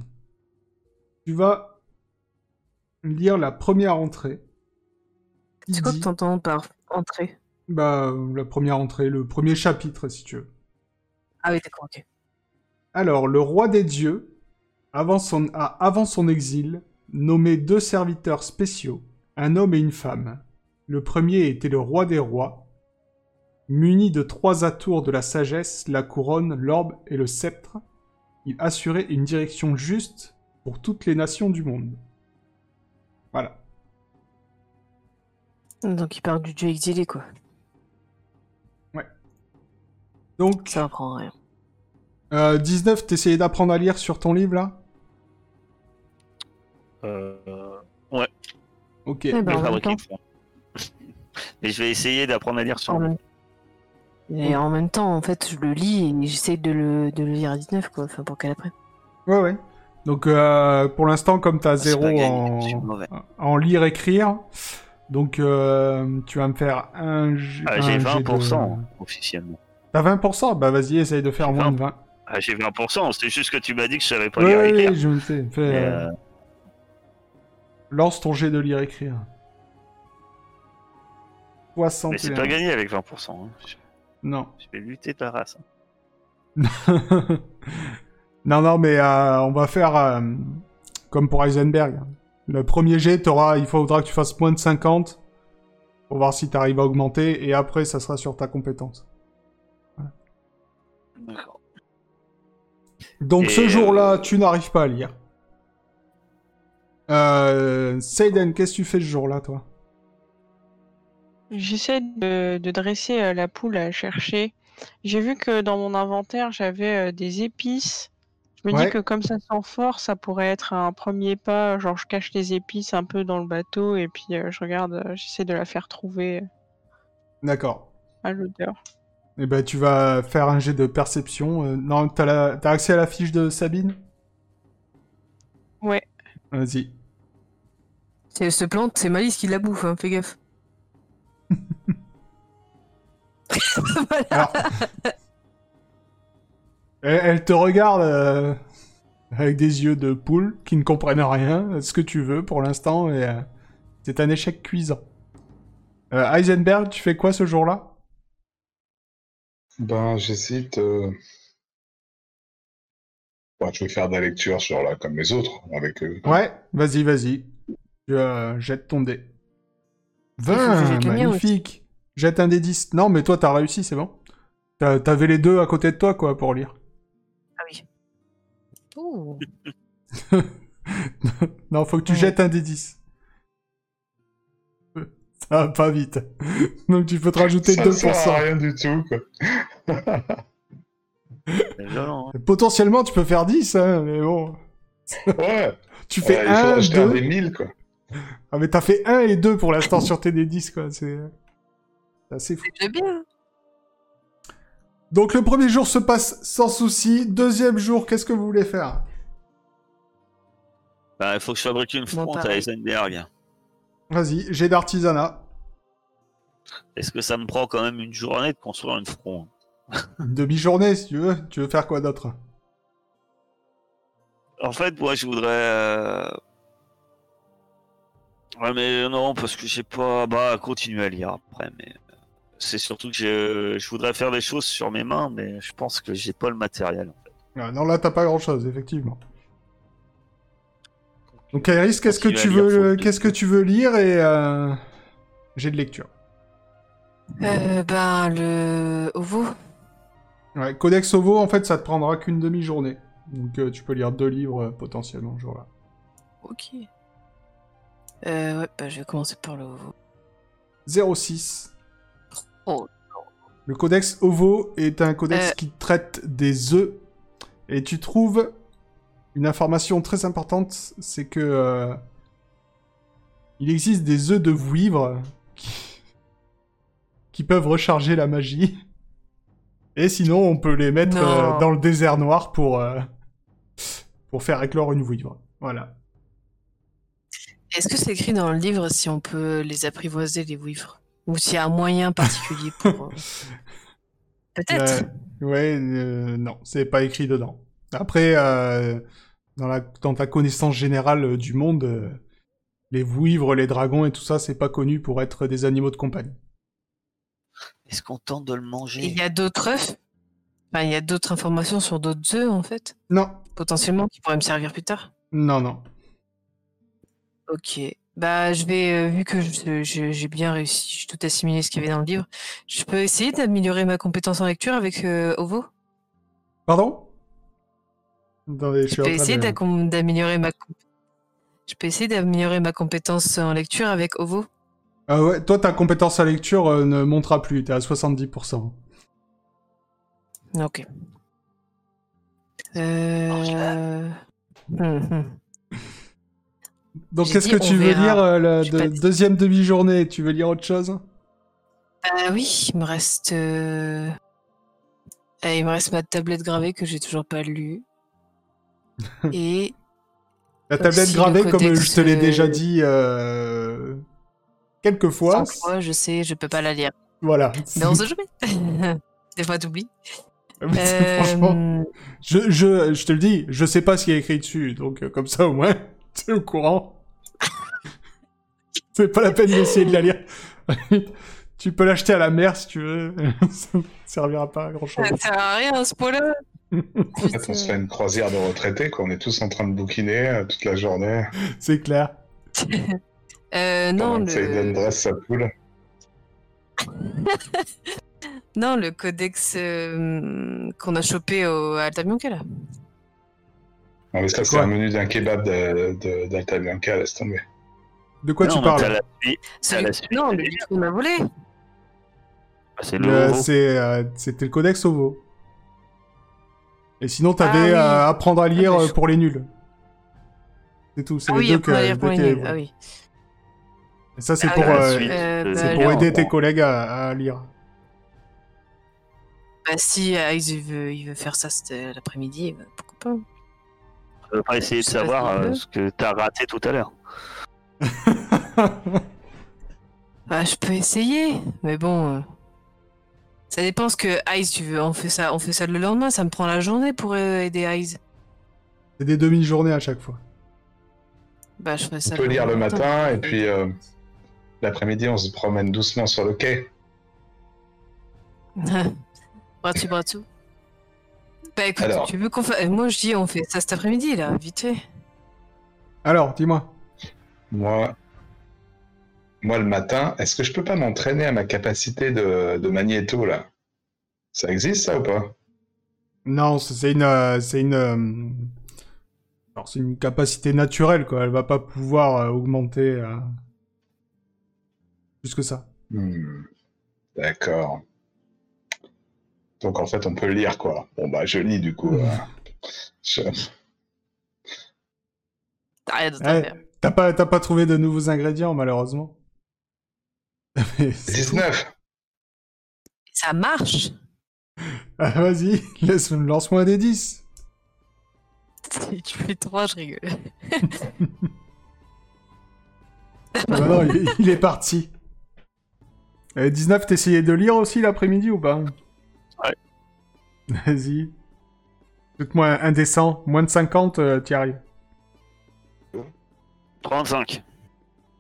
Tu vas lire la première entrée. qui
C'est quoi que
dit-
t'entends par entrée
Bah, euh, la première entrée, le premier chapitre, si tu veux.
Ah oui, d'accord, ok.
Alors, le roi des dieux, avant son, a, avant son exil, nommé deux serviteurs spéciaux, un homme et une femme. Le premier était le roi des rois, muni de trois atours de la sagesse, la couronne, l'orbe et le sceptre. Il assurait une direction juste pour toutes les nations du monde. Voilà.
Donc, il parle du dieu exilé, quoi.
Donc,
Ça apprend rien.
euh, 19, t'essayais d'apprendre à lire sur ton livre, là
Euh...
Ok.
Eh
Je
ben,
vais
en même
fabriquer
temps.
une fronde. Mais je vais essayer d'apprendre à lire sur.
En même- Et en même temps, en fait, je le lis et j'essaie de le, de le lire à 19, quoi. Enfin, pour qu'elle apprenne.
Ouais, ouais. Donc, euh, pour l'instant, comme t'as
Ah, c'est
zéro
pas gagné, je suis
en...
mauvais.
en lire-écrire, donc euh, tu vas me faire un. j-
Ah,
un
j'ai
jet de-
20% officiellement.
T'as 20% Bah, vas-y, essaye de faire
J'ai
moins de 20.
Ah, j'ai 20%, c'est juste que tu m'as dit que je savais pas
Ouais,
lire
ouais,
et écrire.
je me sais. Fais,
Mais,
euh,
euh,
Lance ton jet de lire-écrire.
mais
61.
c'est pas gagné avec 20%. hein. Je-
Non.
Je vais lutter ta race. hein.
non, non, mais euh, on va faire euh, comme pour Heisenberg. Le premier jet, t'auras- il faudra que tu fasses moins de 50 pour voir si t'arrives à augmenter, et après, ça sera sur ta compétence.
D'accord.
Donc
Et,
ce jour-là,
euh,
tu n'arrives pas à lire. Euh, Seiden, qu'est-ce que tu fais ce jour-là, toi
J'essaie de, de dresser euh, la poule à chercher. J'ai vu que dans mon inventaire, j'avais euh, des épices. Je me
Ouais.
dis que comme ça sent fort, ça pourrait être un premier pas. Genre, je cache les épices un peu dans le bateau et puis euh, je regarde, euh, j'essaie de la faire trouver euh,
D'accord.
à l'odeur.
Eh ben, tu vas faire un jet de perception. Euh, non, t'as, la- t'as accès à la fiche de Sabine
Ouais.
Vas-y.
Si elle se plante, c'est Malice qui la bouffe, hein, fais gaffe. Voilà.
Alors, elle, elle te regarde euh, avec des yeux de poule qui ne comprennent rien à ce que tu veux pour l'instant et euh, c'est un échec cuisant. Euh, Heisenberg, tu fais quoi ce jour-là
Ben, j'hésite. euh. Bon, je vais faire de la lecture, genre là, comme les autres, avec eux.
Ouais, vas-y, vas-y. Tu euh, jettes ton dé.
faut que je
20,
jette le mien
magnifique. Jette un dé 10. Non, mais toi, t'as réussi, c'est bon. T'as- T'avais les deux à côté de toi, quoi, pour lire.
Ah oui. Ouh.
Non, faut que tu
Ouais.
jettes un dé 10. Ça va Ah, pas vite. Donc tu peux te rajouter
ça
2%.
sert à rien du tout, quoi.
C'est violent, hein.
Potentiellement, tu peux faire 10, hein, mais bon.
Ouais,
Tu fais
euh, il faut
1,
acheter un
2.
des 1000, quoi.
Ah, mais t'as fait 1 et 2 pour l'instant sur tes dé 10, quoi. C'est euh, c'est assez fou.
C'est bien.
Donc le premier jour se passe sans souci. Deuxième jour, qu'est-ce que vous voulez faire
Bah, il faut que je fabrique une
Bon,
fronte à
pareil.
Heisenberg.
Vas-y, j'ai d'artisanat.
Est-ce que ça me prend quand même une journée de construire une fronte
Une demi-journée, si tu veux. Tu veux faire quoi d'autre
En fait, moi, je voudrais. euh, Ouais, mais non, parce que j'ai pas. Bah, continuer à lire après, mais. euh, C'est surtout que je... je voudrais faire des choses sur mes mains, mais je pense que j'ai pas le matériel. en fait.
Ah, Non, là, t'as pas grand-chose, effectivement. Donc, Iris, qu'est-ce que
Continue à
tu
lire,
veux, euh,
faut que-
qu'est-ce que tu veux lire et euh, j'ai de lecture.
Euh, ben, le ovo.
Ouais, Codex Ovo, en fait, ça te prendra qu'une demi-journée. Donc, euh, tu peux lire deux livres euh, potentiellement, ce jour-là.
Ok. Euh, ouais, bah, je vais commencer par le ovo.
06.
Oh.
Le codex OVO est un codex
Euh.
qui traite des œufs. Et tu trouves une information très importante, c'est que euh, il existe des œufs de vouivre qui, qui peuvent recharger la magie. Et sinon, on peut les mettre
Non.
euh, dans le désert noir pour euh, pour faire éclore une vouivre. Voilà.
Est-ce que c'est écrit dans le livre si on peut les apprivoiser, les vivres Ou s'il y a un moyen particulier pour. euh, Peut-être
Euh, ouais, euh, non, c'est pas écrit dedans. Après, euh, dans, la, dans ta connaissance générale euh, du monde, euh, les vouivres, les dragons et tout ça, c'est pas connu pour être des animaux de compagnie.
Est-ce qu'on tente de le
Et
manger
Il y a d'autres œufs Enfin, il y a d'autres informations sur d'autres œufs, en fait,
Non,
potentiellement, qui pourraient me servir plus tard.
non, non.
Ok. Bah, je vais, euh, vu que je- je- j'ai bien réussi, j'ai tout assimilé ce qu'il y avait dans le livre, je peux essayer d'améliorer ma compétence en lecture avec euh, Ovo
Pardon Attendez, je
Je
suis en
peux
train
essayer
de-
d'accom- d'améliorer ma comp- Je peux essayer d'améliorer ma compétence en lecture avec Ovo.
Ah ouais, toi, ta compétence à lecture euh, ne montera plus, t'es à 70%.
Ok. Euh... hum, hum.
Donc,
J'ai
qu'est-ce
dit,
que tu
on
veux
verra.
lire euh, la
J'ai pas
de-
dit.
deuxième demi-journée Tu veux lire autre chose
Ah oui, il me reste. euh, ah, il me reste ma tablette gravée que j'ai toujours pas lue. Et
La
Comme
tablette
Euh, si le
gravée, comme
codex,
je te l'ai
euh,
déjà dit euh, quelques fois,
sans quoi, je sais, je peux pas la lire.
voilà.
Mais on se jamais. Des fois, t'oublies.
Mais Franchement,
Euh,
je, je, je te le dis, je sais pas ce qu'il y a écrit dessus, donc euh, comme ça au moins, t'es au courant. C'est pas la peine d'essayer de la lire. tu peux l'acheter à la mer si tu veux, ça ne servira pas à grand chose.
Ça sert à rien, ce point-là.
En fait, on se fait une croisière de retraités, quoi. On est tous en train de bouquiner euh, toute la journée.
C'est clair.
Euh, non,
pendant que Seiden
le...
dresse sa poule.
non, le codex euh, qu'on a chopé au... à Altamionca, là.
Non, mais ça,
C'est
c'est
quoi
un menu d'un kebab de- de- d'Alta Bianca, laisse tomber.
De quoi
Non,
tu
mais t'as
parles
la suite,
Celui-
la suite,
Non,
c'est
mais
déjà-
on m'a volé.
bah, c'est le
Le-
Ovo.
c'est, euh, C'était le codex OVO. Et sinon, t'avais
Ah oui.
euh, apprendre à lire
Ah, mais
euh,
je-
pour les nuls. C'est tout. C'est
Ah
les
oui,
deux
après,
que-
les
deux
points
qui-
nuls. Ah oui.
Et ça, c'est
Ah
pour,
oui,
euh,
suite.
Euh,
de-
bah,
c'est
Euh,
pour
là,
aider tes collègues à, à lire.
Bah, si Ice il veut, il veut faire ça cet- euh, l'après-midi, bah, pourquoi pas
On va pas essayer de
Je sais pas
savoir
si on
euh,
peut.
ce que t'as raté tout à l'heure.
Bah, je peux essayer, mais bon. euh, Ça dépend ce que Ice, tu veux. On fait ça, on fait ça le lendemain. Ça me prend la journée pour euh, aider Ice.
c'est des demi-journées à chaque fois.
Bah, je ferai ça.
On peut lire le
lendemain.
matin, et puis euh, l'après-midi, on se promène doucement sur le quai.
Bras-tu, bras-tu Bah, écoute,
Alors.
tu veux qu'on fasse. Moi, je dis, on fait ça cet après-midi, là, vite fait.
Alors, dis-moi.
Moi, moi le matin, est-ce que je peux pas m'entraîner à ma capacité de, de magnéto, là Ça existe, ça, ou pas
Non, c'est c'est une, euh, c'est une, euh, alors c'est une capacité naturelle quoi. Elle va pas pouvoir euh, augmenter euh, plus que ça.
Hmm. D'accord. Donc, en fait, on peut lire, quoi. Bon, bah, je lis, du
Hmm.
coup. euh, je-
T'as rien d'autre à
Ouais,
faire.
T'as pas, t'as pas trouvé de nouveaux ingrédients malheureusement. Mais c'est tout.
19
Ça marche
Ah, Vas-y, laisse- lance-moi des 10.
Si tu fais 3, je rigole.
Ah bah non, il, il est parti. Euh, 19, t'essayais de lire aussi l'après-midi ou pas
Ouais.
Vas-y. Faites-moi un un dessin. Moins de 50, euh, t'y arrives.
35.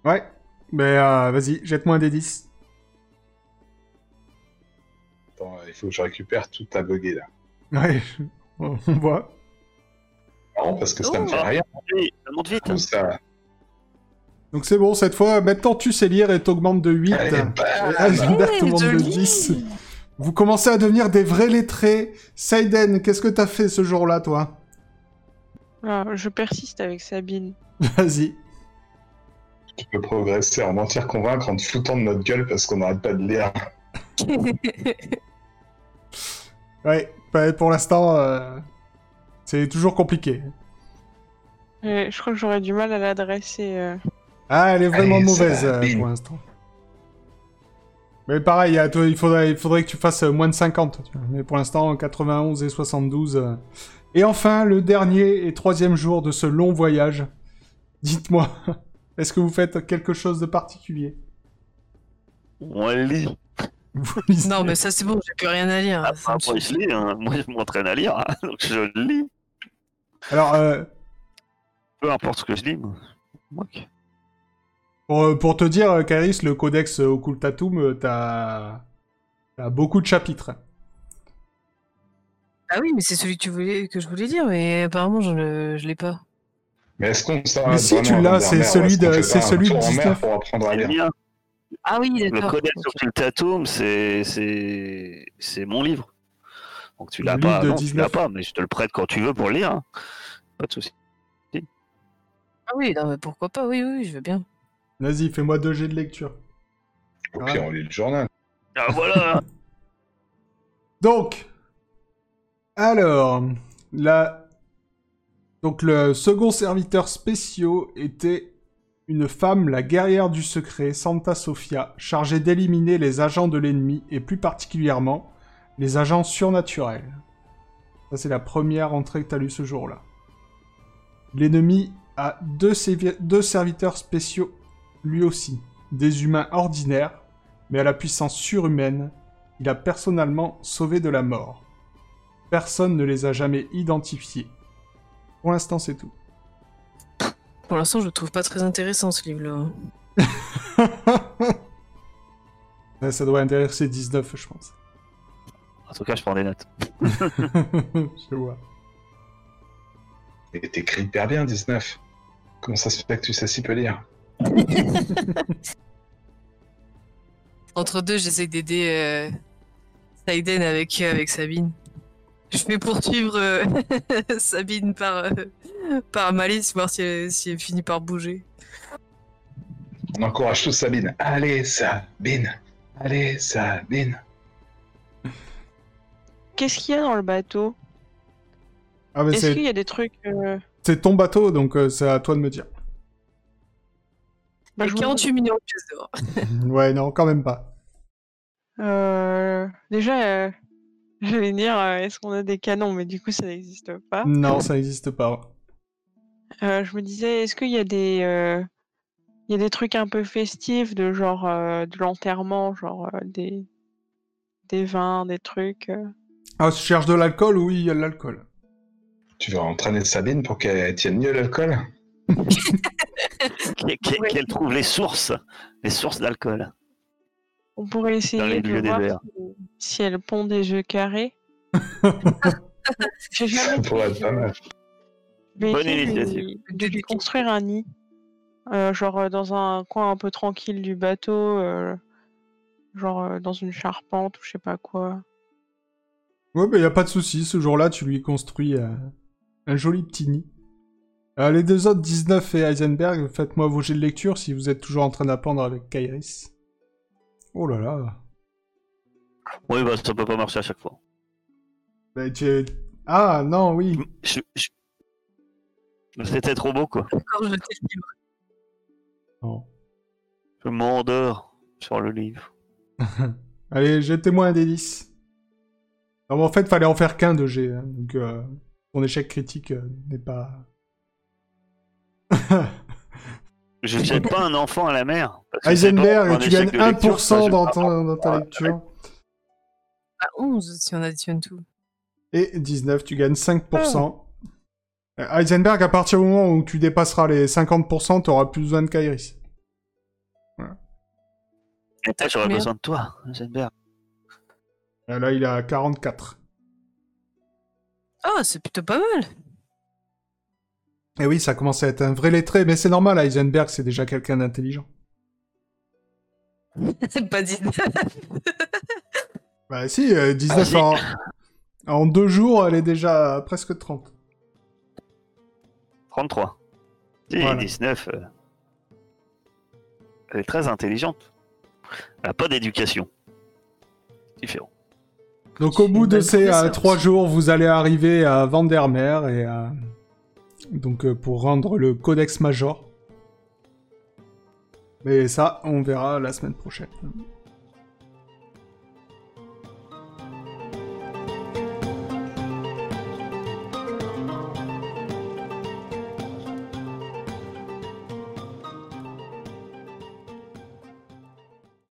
Ouais. Mais euh, vas-y, jette-moi un des 10.
Attends, il faut que je récupère tout à bugger, là.
Ouais, je- on on voit.
Non, parce que ça me
Oh.
fait rien,
Oui, ça monte vite. hein.
tout ça.
Donc c'est bon, cette fois, maintenant tu sais lire et t'augmentes de Ah, 8.
Allez, bam
Alexander
Ouais,
t'augmente de
joli.
10. Vous commencez à devenir des vrais lettrés. Saiden, qu'est-ce que t'as fait ce jour-là, toi
Ah, je persiste avec Sabine.
Vas-y.
Tu peux progresser en mentir, convaincre, en te foutant de notre gueule parce qu'on n'arrête pas de lire.
Ouais, bah, pour l'instant, euh, c'est toujours compliqué.
Et je crois que j'aurais du mal à l'adresser. euh.
Ah, elle est vraiment
Allez, ça
mauvaise
va,
euh,
bim.
pour l'instant. Mais pareil, à toi, il, faudrait, il faudrait que tu fasses euh, moins de 50. tu vois. Mais pour l'instant, 91 et 72. euh. Et enfin, le dernier et troisième jour de ce long voyage. Dites-moi, est-ce que vous faites quelque chose de particulier
On lit.
Vous
non, mais ça, c'est bon, j'ai plus rien à lire.
Ah,
Ça
bah,
me
moi, je lis. hein. Moi, je m'entraîne à lire. hein, Donc, je lis.
Alors, euh,
Peu importe ce que je lis. moi. Ok.
pour, euh, pour te dire, euh, Kairis, le codex euh, Occultatum, euh, t'as t'as beaucoup de chapitres.
Ah oui, mais c'est celui que, tu voulais, que je voulais dire, mais apparemment, je ne je l'ai pas.
Mais est-ce qu'on s'arrête
Mais si,
vraiment
tu
à
l'as,
Vandermeer
c'est
ou est-ce
celui
qu'on
de-
fait
c'est
pas un
celui
tour
de
en mer
19.
pour apprendre à
C'est le
lire
mien.
Ah oui,
Le
d'accord.
codex
ok.
occultatum, c'est c'est c'est mon livre. Donc tu
Le
l'as
livre
pas,
de
non, tu l'as
19.
pas, mais je te le prête quand tu veux pour le lire. hein. Pas de souci.
Ah oui, non, mais pourquoi pas, oui, oui, je veux bien.
Vas-y, fais-moi deux jets de lecture.
Au pire, on lit le journal.
Ah voilà.
Donc, alors, la... Donc le second serviteur spéciaux était une femme, la guerrière du secret, Santa Sofia, chargée d'éliminer les agents de l'ennemi, et plus particulièrement, les agents surnaturels. Ça, c'est la première entrée que t'as lue ce jour-là. L'ennemi a deux, sévi- deux serviteurs spéciaux, lui aussi. Des humains ordinaires, mais à la puissance surhumaine, il a personnellement sauvé de la mort. Personne ne les a jamais identifiés. Pour l'instant, c'est tout.
Pour l'instant, je le trouve pas très intéressant, ce livre-là.
Ça, ça doit intéresser 19, je pense.
En tout cas, je prends des notes.
je vois.
Et t'écris hyper bien, 19. Comment ça se fait que tu sais si peu lire
Entre deux, j'essaie d'aider euh, Saiden avec, avec euh, Sabine. Je vais poursuivre euh, Sabine par, euh, par malice, voir si elle, si elle finit par bouger.
On encourage tous Sabine. Allez, Sabine. Allez, Sabine.
Qu'est-ce qu'il y a dans le bateau
Ah, mais
Est-ce
c'est
qu'il y a des trucs euh,
c'est ton bateau, donc euh, c'est à toi de me dire.
bah,
Et
je vous-
48 millions de pièces d'or.
ouais, non, quand même pas.
Euh, Déjà, euh, j'allais dire, euh, est-ce qu'on a des canons Mais du coup, ça n'existe pas.
Non, ça n'existe pas.
Euh, je me disais, est-ce qu'il y a des, euh, il y a des trucs un peu festifs de genre euh, de l'enterrement, genre euh, des, des vins, des trucs. euh.
Ah, si tu cherches de l'alcool Oui, il y a de l'alcool.
Tu veux entraîner Sabine pour qu'elle tienne mieux l'alcool
Qu'elle qu'elle-
Ouais.
qu'elle trouve les sources, les sources d'alcool.
On pourrait essayer
les
de
lieux des
voir
verres.
si, si elle pond des œufs carrés. J'ai
Ça
jamais
pourrait être
essayé.
pas mal.
Je vais
Bonne
essayer de
initiative.
lui- de lui construire un nid, Euh, genre euh, dans un coin un peu tranquille du bateau, euh, genre euh, dans une charpente ou je sais pas quoi.
Ouais, bah, il n'y a pas de souci. Ce jour-là, tu lui construis euh, un joli petit nid. Euh, les deux autres, 19 et Heisenberg, faites-moi vos jets de lecture si vous êtes toujours en train d'apprendre avec Kairis. Oh là là.
Oui, bah, ça peut pas marcher à chaque fois.
Bah, tu- Ah, non, oui.
Je- je- C'était trop beau, quoi.
Encore jeté le livre.
Non.
Je m'endors sur le livre.
Allez, jetez-moi un des 10. Non, mais en fait, fallait en faire qu'un de G. hein, donc, euh, ton échec critique euh, n'est pas.
Je jette pas un enfant à la mer. parce que c'est pas un
Heisenberg, tu
échec
gagnes
de lecture, ça,
1%
je-
dans, ton- dans ta
Ah,
lecture.
À 11 si on additionne tout.
Et 19, tu gagnes 5%. Euh,
Ah.
Heisenberg, à partir du moment où tu dépasseras les 50%, t'auras plus besoin de Kairis.
Putain, J'aurais
Merde.
besoin de toi, Heisenberg.
Euh, Là, il est à 44.
Oh, c'est plutôt pas mal.
Et oui, ça commence à être un vrai lettré, mais c'est normal, Heisenberg, c'est déjà quelqu'un d'intelligent.
C'est pas dit.
Bah si, euh, 19
Ah,
en... en deux jours, elle est déjà à presque 30.
33. Si,
Voilà.
19. euh, Elle est très intelligente. Elle n'a pas d'éducation. Différent.
Donc au
C'est
bout
une
de
bonne
ces euh,
professeure.
trois jours, vous allez arriver à Vandermeer et à... donc euh, pour rendre le Codex Major. Mais ça, on verra la semaine prochaine.